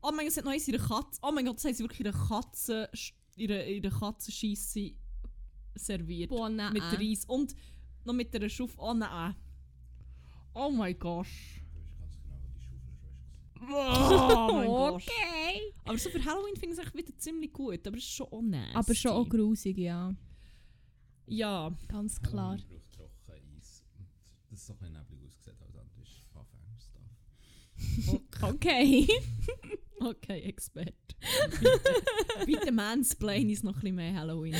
Oh mein Gott, sie hat noch eins ihre Katze. Oh mein Gott, das haben sie wirklich ihre Katze. ihre, ihre Katzenscheisse serviert. Boah, ah, nein. mit Reis. Und noch mit einer Schaufel. Oh nein. Oh mein Gosh. Du weißt ganz genau, wo die Schaufel Oh mein Gosh. ist. weißt du? okay. Aber so für Halloween finde ich es eigentlich wieder ziemlich gut. Aber es ist schon auch nasty. Aber schon auch grusig, ja. Ja. Ganz klar. Halloween braucht trocken Eis. Und das ist so ein bisschen neblig ausgesehen, als andere ist Anfänger-Stuff. Oh, Okay. Okay, Expert. Bitte mansplain ist noch ein bisschen mehr Halloween.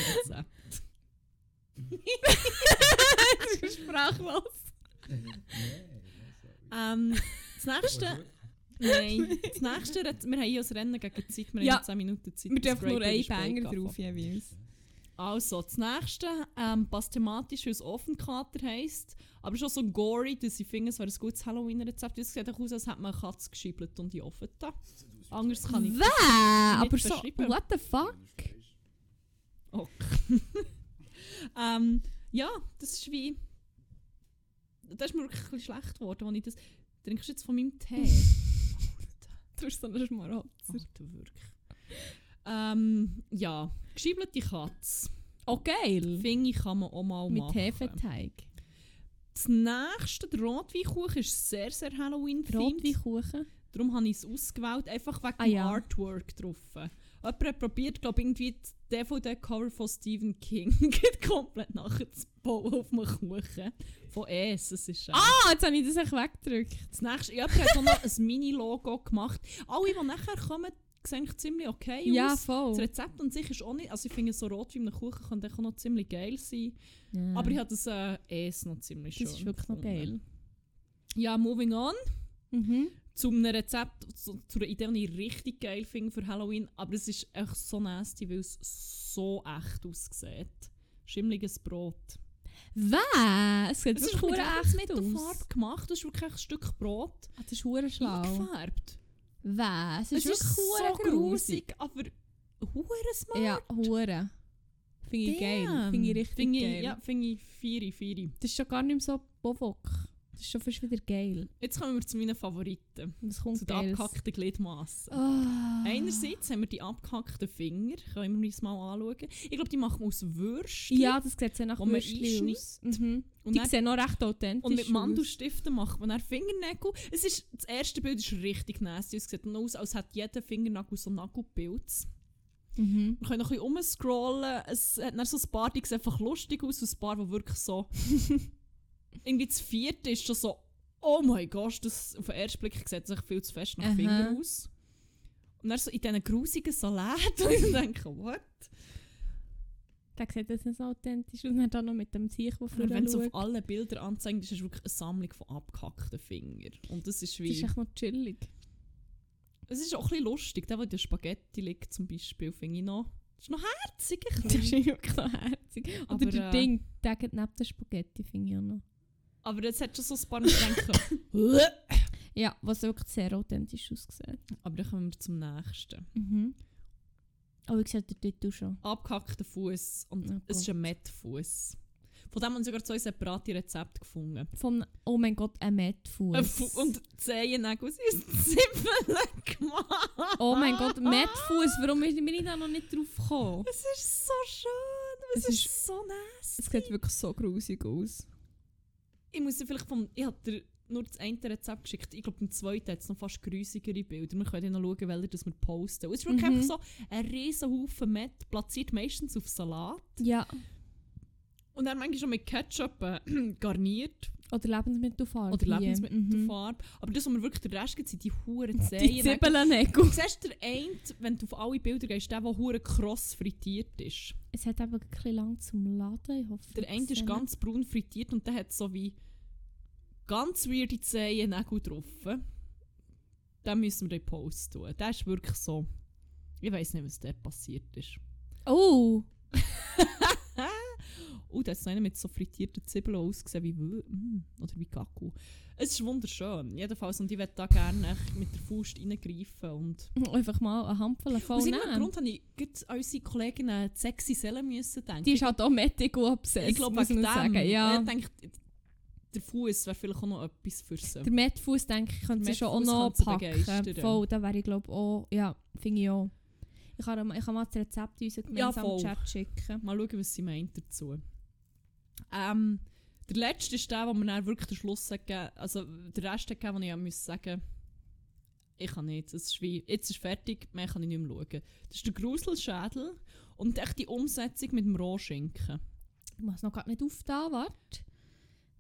das ist sprachlos. Nein, sorry. Ähm, das nächste. Oh, Nein, das nächste, Rez- wir haben ja ein Rennen gegen die Zeit, wir Ja. haben 10 Minuten Zeit. Wir das dürfen nur Great einen British Bake Banger Off drauf jeweils. Also, das nächste, ähm, passt thematisch, weil es Offenkater heisst. Aber schon so gory, dass ich finde, es wäre ein gutes Halloween-Rezept. Es sieht auch aus, als hätte man eine Katze geschiebelt und die offen da. Anders kann ich. Wäh, aber so, beschreiben. what the fuck? Oh. ähm, ja, das ist wie. Das ist mir wirklich ein bisschen schlecht geworden, als ich das. Trinkst du jetzt von meinem Tee? Du bist so ein Schmarotzer. Alter, wirklich. Ähm, ja, geschiebelte Katze. Oh, geil. Finde ich, kann man auch mal Mit machen. Hefeteig. Das nächste, der Rotweinkuchen, ist sehr, sehr Halloween-themed. Rotweinkuchen. Darum habe ich es ausgewählt, einfach wegen Ah, dem ja. Artwork drauf. Jemand hat probiert, glaube irgendwie das DVD-Cover von Stephen King komplett nachzubauen auf einem Kuchen. Von Es, es ist... äh, Ah, jetzt habe ich das echt weggedrückt. Das nächste, jemand hat auch noch ein Mini-Logo gemacht. Alle, die nachher kommen, sehen eigentlich ziemlich okay Ja, aus. Das voll. Rezept an sich ist auch nicht... Also ich finde, so rot wie in einem Kuchen kann auch noch ziemlich geil sein. Aber ich habe das äh, Es noch ziemlich schön das ist wirklich noch gefunden. geil. Ja, moving on. Mhm. zu einem Rezept, zu, zu einer Idee, die ich richtig geil finde für Halloween, aber es ist echt so nasty, weil es so echt aussieht. Schimmeliges Brot. Wäh, es sieht Es ist wirklich mit verdammt mit der aus. Farbe gemacht, das ist wirklich ein Stück Brot Ah, Das ist hure schlau. eingefärbt. Wäh, Es es ist ist, wirklich so hure grusig. grusig, aber hure smart. Ja, hure. Finde ich geil. Damn. Finde ich richtig Finde ich- geil. Ja, finde ich vieri, vieri. Das ist schon gar nicht mehr so Bovok. Das ist schon fast wieder geil. Jetzt kommen wir zu meinen Favoriten. Und es kommt Zu den abgehackten Gliedmassen. Ah. Einerseits haben wir die abgehackten Finger, können wir uns mal anschauen. Ich glaube, die machen wir aus Würstchen. Ja, das sieht sehr nach Wo man Würstchen aus. Mhm. Und Die dann- sehen noch recht authentisch Und mit aus. Mandelstiften macht man dann Fingernägel. Es ist, das erste Bild ist richtig nasty. Es sieht noch aus, als hätte jeder Fingernagel so Nagelpilz. Mhm. Wir können noch ein bisschen umscrollen. Es hat dann so ein paar, die sehen einfach lustig aus und ein paar, die wirklich so... irgendwie das vierte ist schon so... Oh mein Gott, das auf den ersten Blick sieht sich viel zu fest nach Aha. Finger aus. Und dann so in diesen grusigen Salaten. Und ich denke, what? Der sieht jetzt nicht so authentisch aus. Und dann da noch mit dem Zeich, der Aber vorher wenn es auf schaut. allen Bildern anzeigt, ist es wirklich eine Sammlung von abgehackten Fingern. Und das ist Das wie... ist echt noch chillig. Es ist auch ein bisschen lustig, der, der in der Spaghetti liegt zum Beispiel, finde ich noch. Das ist noch herzig. ein Das ist bisschen. wirklich noch herzig. Oder Aber, der äh, Ding, der geht neben der Spaghetti, finde ich auch noch. Aber jetzt hat schon so ein paar Gedanken. Ja, was wirklich sehr authentisch aussieht. Aber dann kommen wir zum nächsten. Mhm. Aber ich sehe den Titel schon. Abgehackter Fuß und Oh es ist ein Mettfuß. Von dem haben sogar zwei separate Rezepte gefunden. Vom, oh mein Gott, ein Ein Fu- Mettfuß. Und die Zehennägel sind aus Zipfeln gemacht. Oh mein Gott, Mettfuß, warum bin ich da noch nicht drauf gekommen? Es ist so schön, aber es, Es ist, ist- so nass. Es sieht wirklich so grusig aus. Ich muss dir vielleicht vom. Ich habe dir nur das eine Rezept geschickt. Ich glaube, im zweiten hat es noch fast grusigere Bilder. Wir können ja noch schauen, welche das wir posten. Und es ist wirklich Mhm. einfach so ein riesen Haufen Met, platziert meistens auf Salat. Ja, Und dann manchmal schon mit Ketchup äh, garniert. oder Lebensmittelfarbe. Oder hier. Lebensmittelfarbe. Aber das, was mir wirklich der Rest gibt, sind die huren mhm. Die Zehen. Zibbelennägel. Du siehst der eine, wenn du auf alle Bilder gehst, der, der hure kross frittiert ist. Es hat aber ein bisschen lang zum Laden, ich hoffe. Der ich eine ist sehe ganz braun frittiert und der hat so wie ganz weirde Zehennägel drauf. Den müssen wir den Post tun. Der ist wirklich so. Ich weiß nicht, was der passiert ist. nicht. Oh! Oh, da hat noch einer mit so frittierten Zwiebeln ausgesehen wie Wö- mm, oder wie Kaku. Es ist wunderschön, jedenfalls. Und ich würde da gerne echt mit der Faust reingreifen. Und Einfach mal eine Handvoll voll aus irgendeinem nehmen. Grund habe ich gerade an unsere Kollegin äh, die sexy Selle müssen denken. Die ist halt auch mächtig gut obsessed, ich glaube, muss wegen dem. man sagen. Ja. Ich denke, der Fuß wäre vielleicht auch noch etwas für sie. Der Mettfuß, denke ich, könnte sie schon auch Mettfuss noch könnte sie begeistern. packen. Voll, da wäre ich glaube auch, oh, ja, finde ich auch. Ich kann, ich kann mal das Rezept in unseren Ja, gemeinsamen voll. Chat schicken. Mal schauen, was sie meint dazu. Ähm, der letzte ist der, wo mir dann wirklich den Schluss hat gegeben Also der Rest hat gegeben, wo ich auch muss sagen ich kann nicht. Es ist wie, jetzt ist fertig, mehr kann ich nicht mehr schauen. Das ist der Gruselschädel und echt die Umsetzung mit dem Rohschinken. Ich muss noch gerade nicht auf da, warte.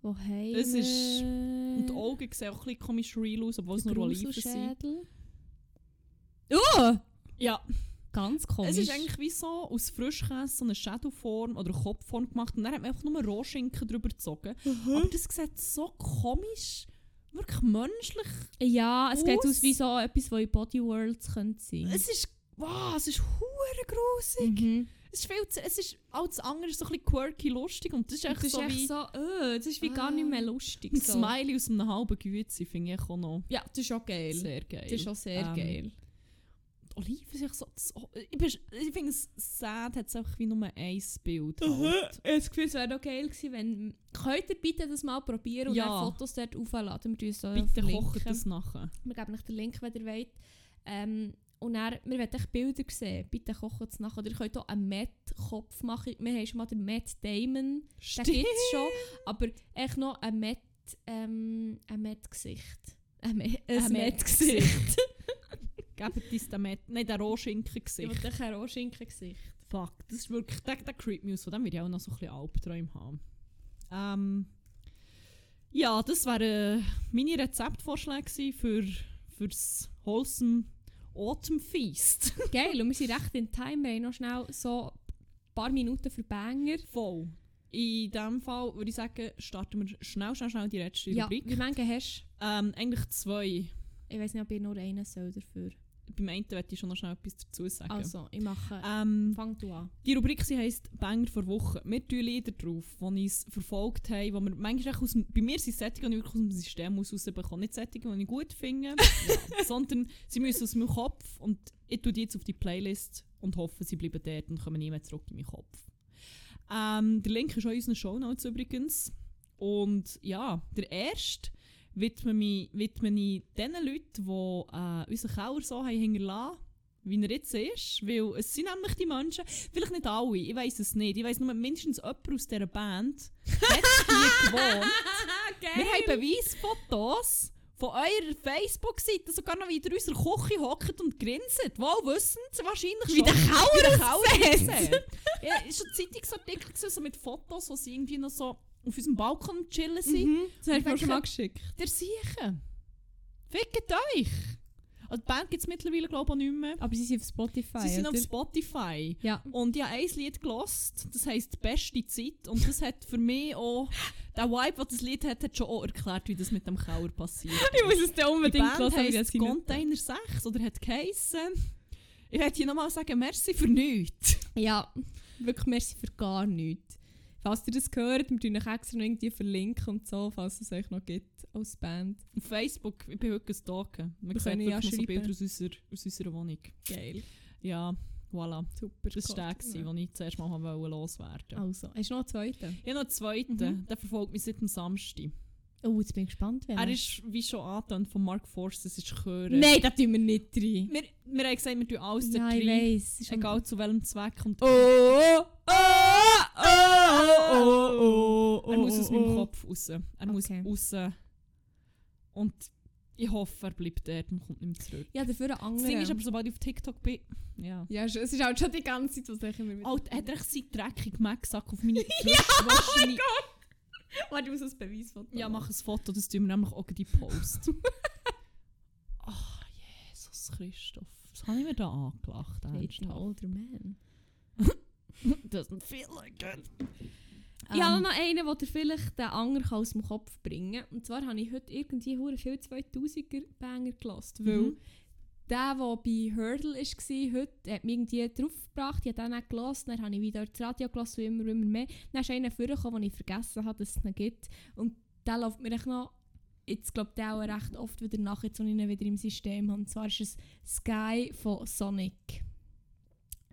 Wo haben Es wir- ist- Und die Augen sehen auch ein bisschen komisch real aus, obwohl es Äh. Der nur Oliven sind. Gruselschädel. Oh! Ja, Ganz komisch. es ist eigentlich wie so aus Frischkäse so eine Schädelform oder eine Kopfform gemacht und dann hat man einfach nur Rohschinken drüber gezogen. Mhm. Aber das sieht so komisch, wirklich menschlich ja, es sieht aus. aus wie so etwas, was in Bodyworlds könnte sein. Es ist. Wow, es ist hure grusig. Mhm. Es ist viel zu, es ist alles andere so ein bisschen quirky, lustig und das ist Das echt ist so echt wie Ah. so, äh, das ist wie gar nicht mehr lustig. ein so. Smiley aus einem halben Gützi, finde ich auch noch Ja, das ist auch geil. sehr geil. Das ist auch sehr Ähm, geil. Die Olive ist echt so, so ich, bin- ich finde es sad, hat es einfach wie nur ein Bild Aha, halt. Ich habe das Gefühl, es wäre auch geil gewesen, wenn... Könnt ihr bitte das mal probieren und Ja. dann Fotos dort hochladen? Wir tun es so Bitte verlinken. kocht das nachher. Wir geben euch den Link, wenn ihr wollt. Ähm, und dann, wir wollen euch Bilder sehen. Bitte kocht es nachher. Oder ihr könnt auch einen Matt-Kopf machen. Wir haben schon mal den Matt Damon. Den gibt es schon. Aber echt noch ein Matt... Ähm, ein Matt-Gesicht. Ein, Ma ein Matt-Gesicht. Gebt uns den Met, nein, den Rohschinken Ich gesehen. wollte euch ein Rohschinken-Gesicht. Fuck, das ist wirklich, der, der Creep News, von dem würde ich auch noch so ein bisschen Albträume haben. Ähm, ja, das wären äh, meine Rezeptvorschläge gewesen für, für das Wholesome Autumn Feast. Geil, und wir sind recht in Time. Wir haben noch schnell so ein paar Minuten für Banger. Voll. In diesem Fall würde ich sagen, starten wir schnell, schnell, schnell die letzte Ja, wie Rubrik. viele hast du? Ähm, eigentlich zwei. Ich weiß nicht, ob ich nur einen soll dafür. Beim einen möchte ich schon noch schnell etwas dazu sagen. Also, ich mache... Ähm, Fang du an. Die Rubrik sie heisst «Banger vor Woche». Wir tun Lieder drauf, die uns verfolgt haben, wo wir manchmal echt aus dem, bei mir sind es Sättige, die ich wirklich aus dem System muss rausbekomme. Nicht Sättige, die ich gut finde, ja, sondern sie müssen aus meinem Kopf und ich tue die jetzt auf die Playlist und hoffe, sie bleiben dort und kommen nie mehr zurück in meinen Kopf. Ähm, der Link ist auch in unseren Shownotes übrigens. Und ja, der erste widme, mich, widme ich den Leuten, die äh, unseren Keller so haben hinterlassen wie er jetzt ist, weil es sind nämlich die Menschen, vielleicht nicht alle, ich weiß es nicht, ich weiß nur, mindestens jemand aus dieser Band hat hier gewohnt. Wir haben Beweisfotos von eurer Facebook-Seite, sogar noch wieder in unserer Küche hockt und grinset. Wohl wissend, wahrscheinlich Wie der Kauer aussieht. Ja, es war ein Zeitungsartikel gewesen, so mit Fotos, wo sie irgendwie noch so auf unserem Balkon am chillen sind. Das hast du mir schon mal Denke- geschickt. Der Siechen! Fickt euch! Also die Band gibt es mittlerweile glaube ich auch nicht mehr. Aber sie sind auf Spotify. Sie sind oder? auf Spotify. Ja. Und ich habe ein Lied gelost, das heisst «Beste Zeit» und das hat für mich auch, der Vibe, den das Lied hat, hat schon auch erklärt, wie das mit dem Kauer passiert. Ich muss es dir Die unbedingt Band heisst hören. «Container 6» oder hat geheissen, ich hätte hier nochmal sagen «Merci für nichts». Ja, wirklich merci für gar nichts. Falls ihr das hört, wir tun euch extra noch irgendwie verlinken und so, falls es euch noch gibt als Band. Auf Facebook, ich bin heute gestalken. Man Wir sieht können ja wirklich noch so schreiben. Bilder aus unserer, aus unserer Wohnung. Geil. Ja, voilà. Super. Das war der, Gott. gewesen, den ich zuerst mal habe wollen loswerden wollte. Also, hast du noch einen zweiten? Ich habe noch einen zweiten, Mhm. der verfolgt mich seit dem Samstag. Oh, jetzt bin ich gespannt. wer- Er ist, wie schon angetönt, von Mark Forster, es ist Chöre. Nein, da tun wir nicht rein. Wir, wir haben gesagt, wir tun alles da ja, ich rein. weiss. Ist Egal zu welchem Zweck und Oh, oh, oh, oh, oh, oh, Er muss aus meinem oh. Kopf raus. Er Okay. muss raus. Und ich hoffe, er bleibt dort und kommt nicht mehr zurück. Ja, dafür einen Das anderen. Ding ist aber, sobald ich auf TikTok bin, ja. ja, es ist halt schon die ganze Zeit, was ich immer mit. Alter, hat er echt seinen dreckigen Macksack auf meine Ja, Warte, ich muss das Beweisfoto ja, machen. mach ein Foto, das tun wir nämlich auch in die Post. Ach, Jesus Christoph. Was habe ich mir da angelacht? It's an Ernsthaft? older man. Doesn't feel like it. Ich habe noch einen, der dir vielleicht den anderen kann aus dem Kopf bringen kann. Und zwar habe ich heute irgendwie hure viel 2000er-Banger gelost. Weil Mhm. der, der bei Hurdle war, heute, hat mich irgendwie draufgebracht. Ich habe den auch gelost. Dann habe ich wieder das Radio gelost und immer, immer mehr. Dann ist einer vorgekommen, den ich vergessen habe, dass es ihn gibt. Und der läuft mir echt noch. Jetzt glaube ich auch recht oft wieder nach, jetzt, als ich ihn wieder im System habe. Und zwar ist es Sky von Sonic.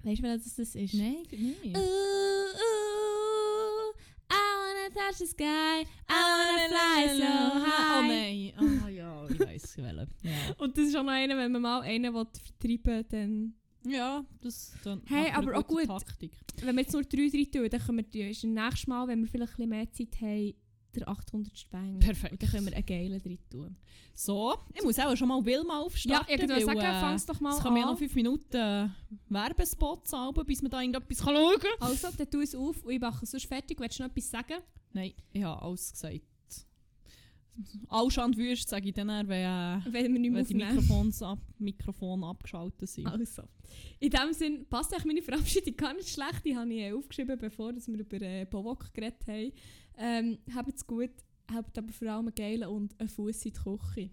Weißt du, welches das ist? Nein, nein. Ooh, ooh, I wanna touch the sky, I Ah, wanna fly so high. Oh nein. Ah ja, ich weiss, welche. Ja. Und das ist auch noch einer, wenn man mal einen will vertreiben dann... ja, das dann Hey, nach einer aber auch guten gut. Taktik. Wenn wir jetzt nur drei, drei tun, dann können wir die- ist nächstes Mal, wenn wir vielleicht ein bisschen mehr Zeit haben, der 800. Banger. Perfekt. Und dann können wir einen geilen drin tun. So, ich muss auch schon mal Wilma aufstarten. würde weil, äh, doch mal Es kann ja noch 5 Minuten äh, Werbespots haben, bis man da irgendetwas kann schauen kann. Also, dann tu es auf und ich mache es sonst fertig. Willst du noch etwas sagen? Nein, ich habe alles gesagt. Allschand wüst, sage ich dann, eher, wenn, äh, Wenn wir nicht mehr wenn die aufnehmen. Mikrofons ab, Mikrofone abgeschaltet sind. Also, in dem Sinn passt eigentlich meine Verabschiedung gar nicht schlecht. Die habe ich äh, aufgeschrieben, bevor dass wir über äh, Bovok geredet haben. Ähm, habt's gut, habt aber vor allem einen geilen und einen Fuß in die Küche.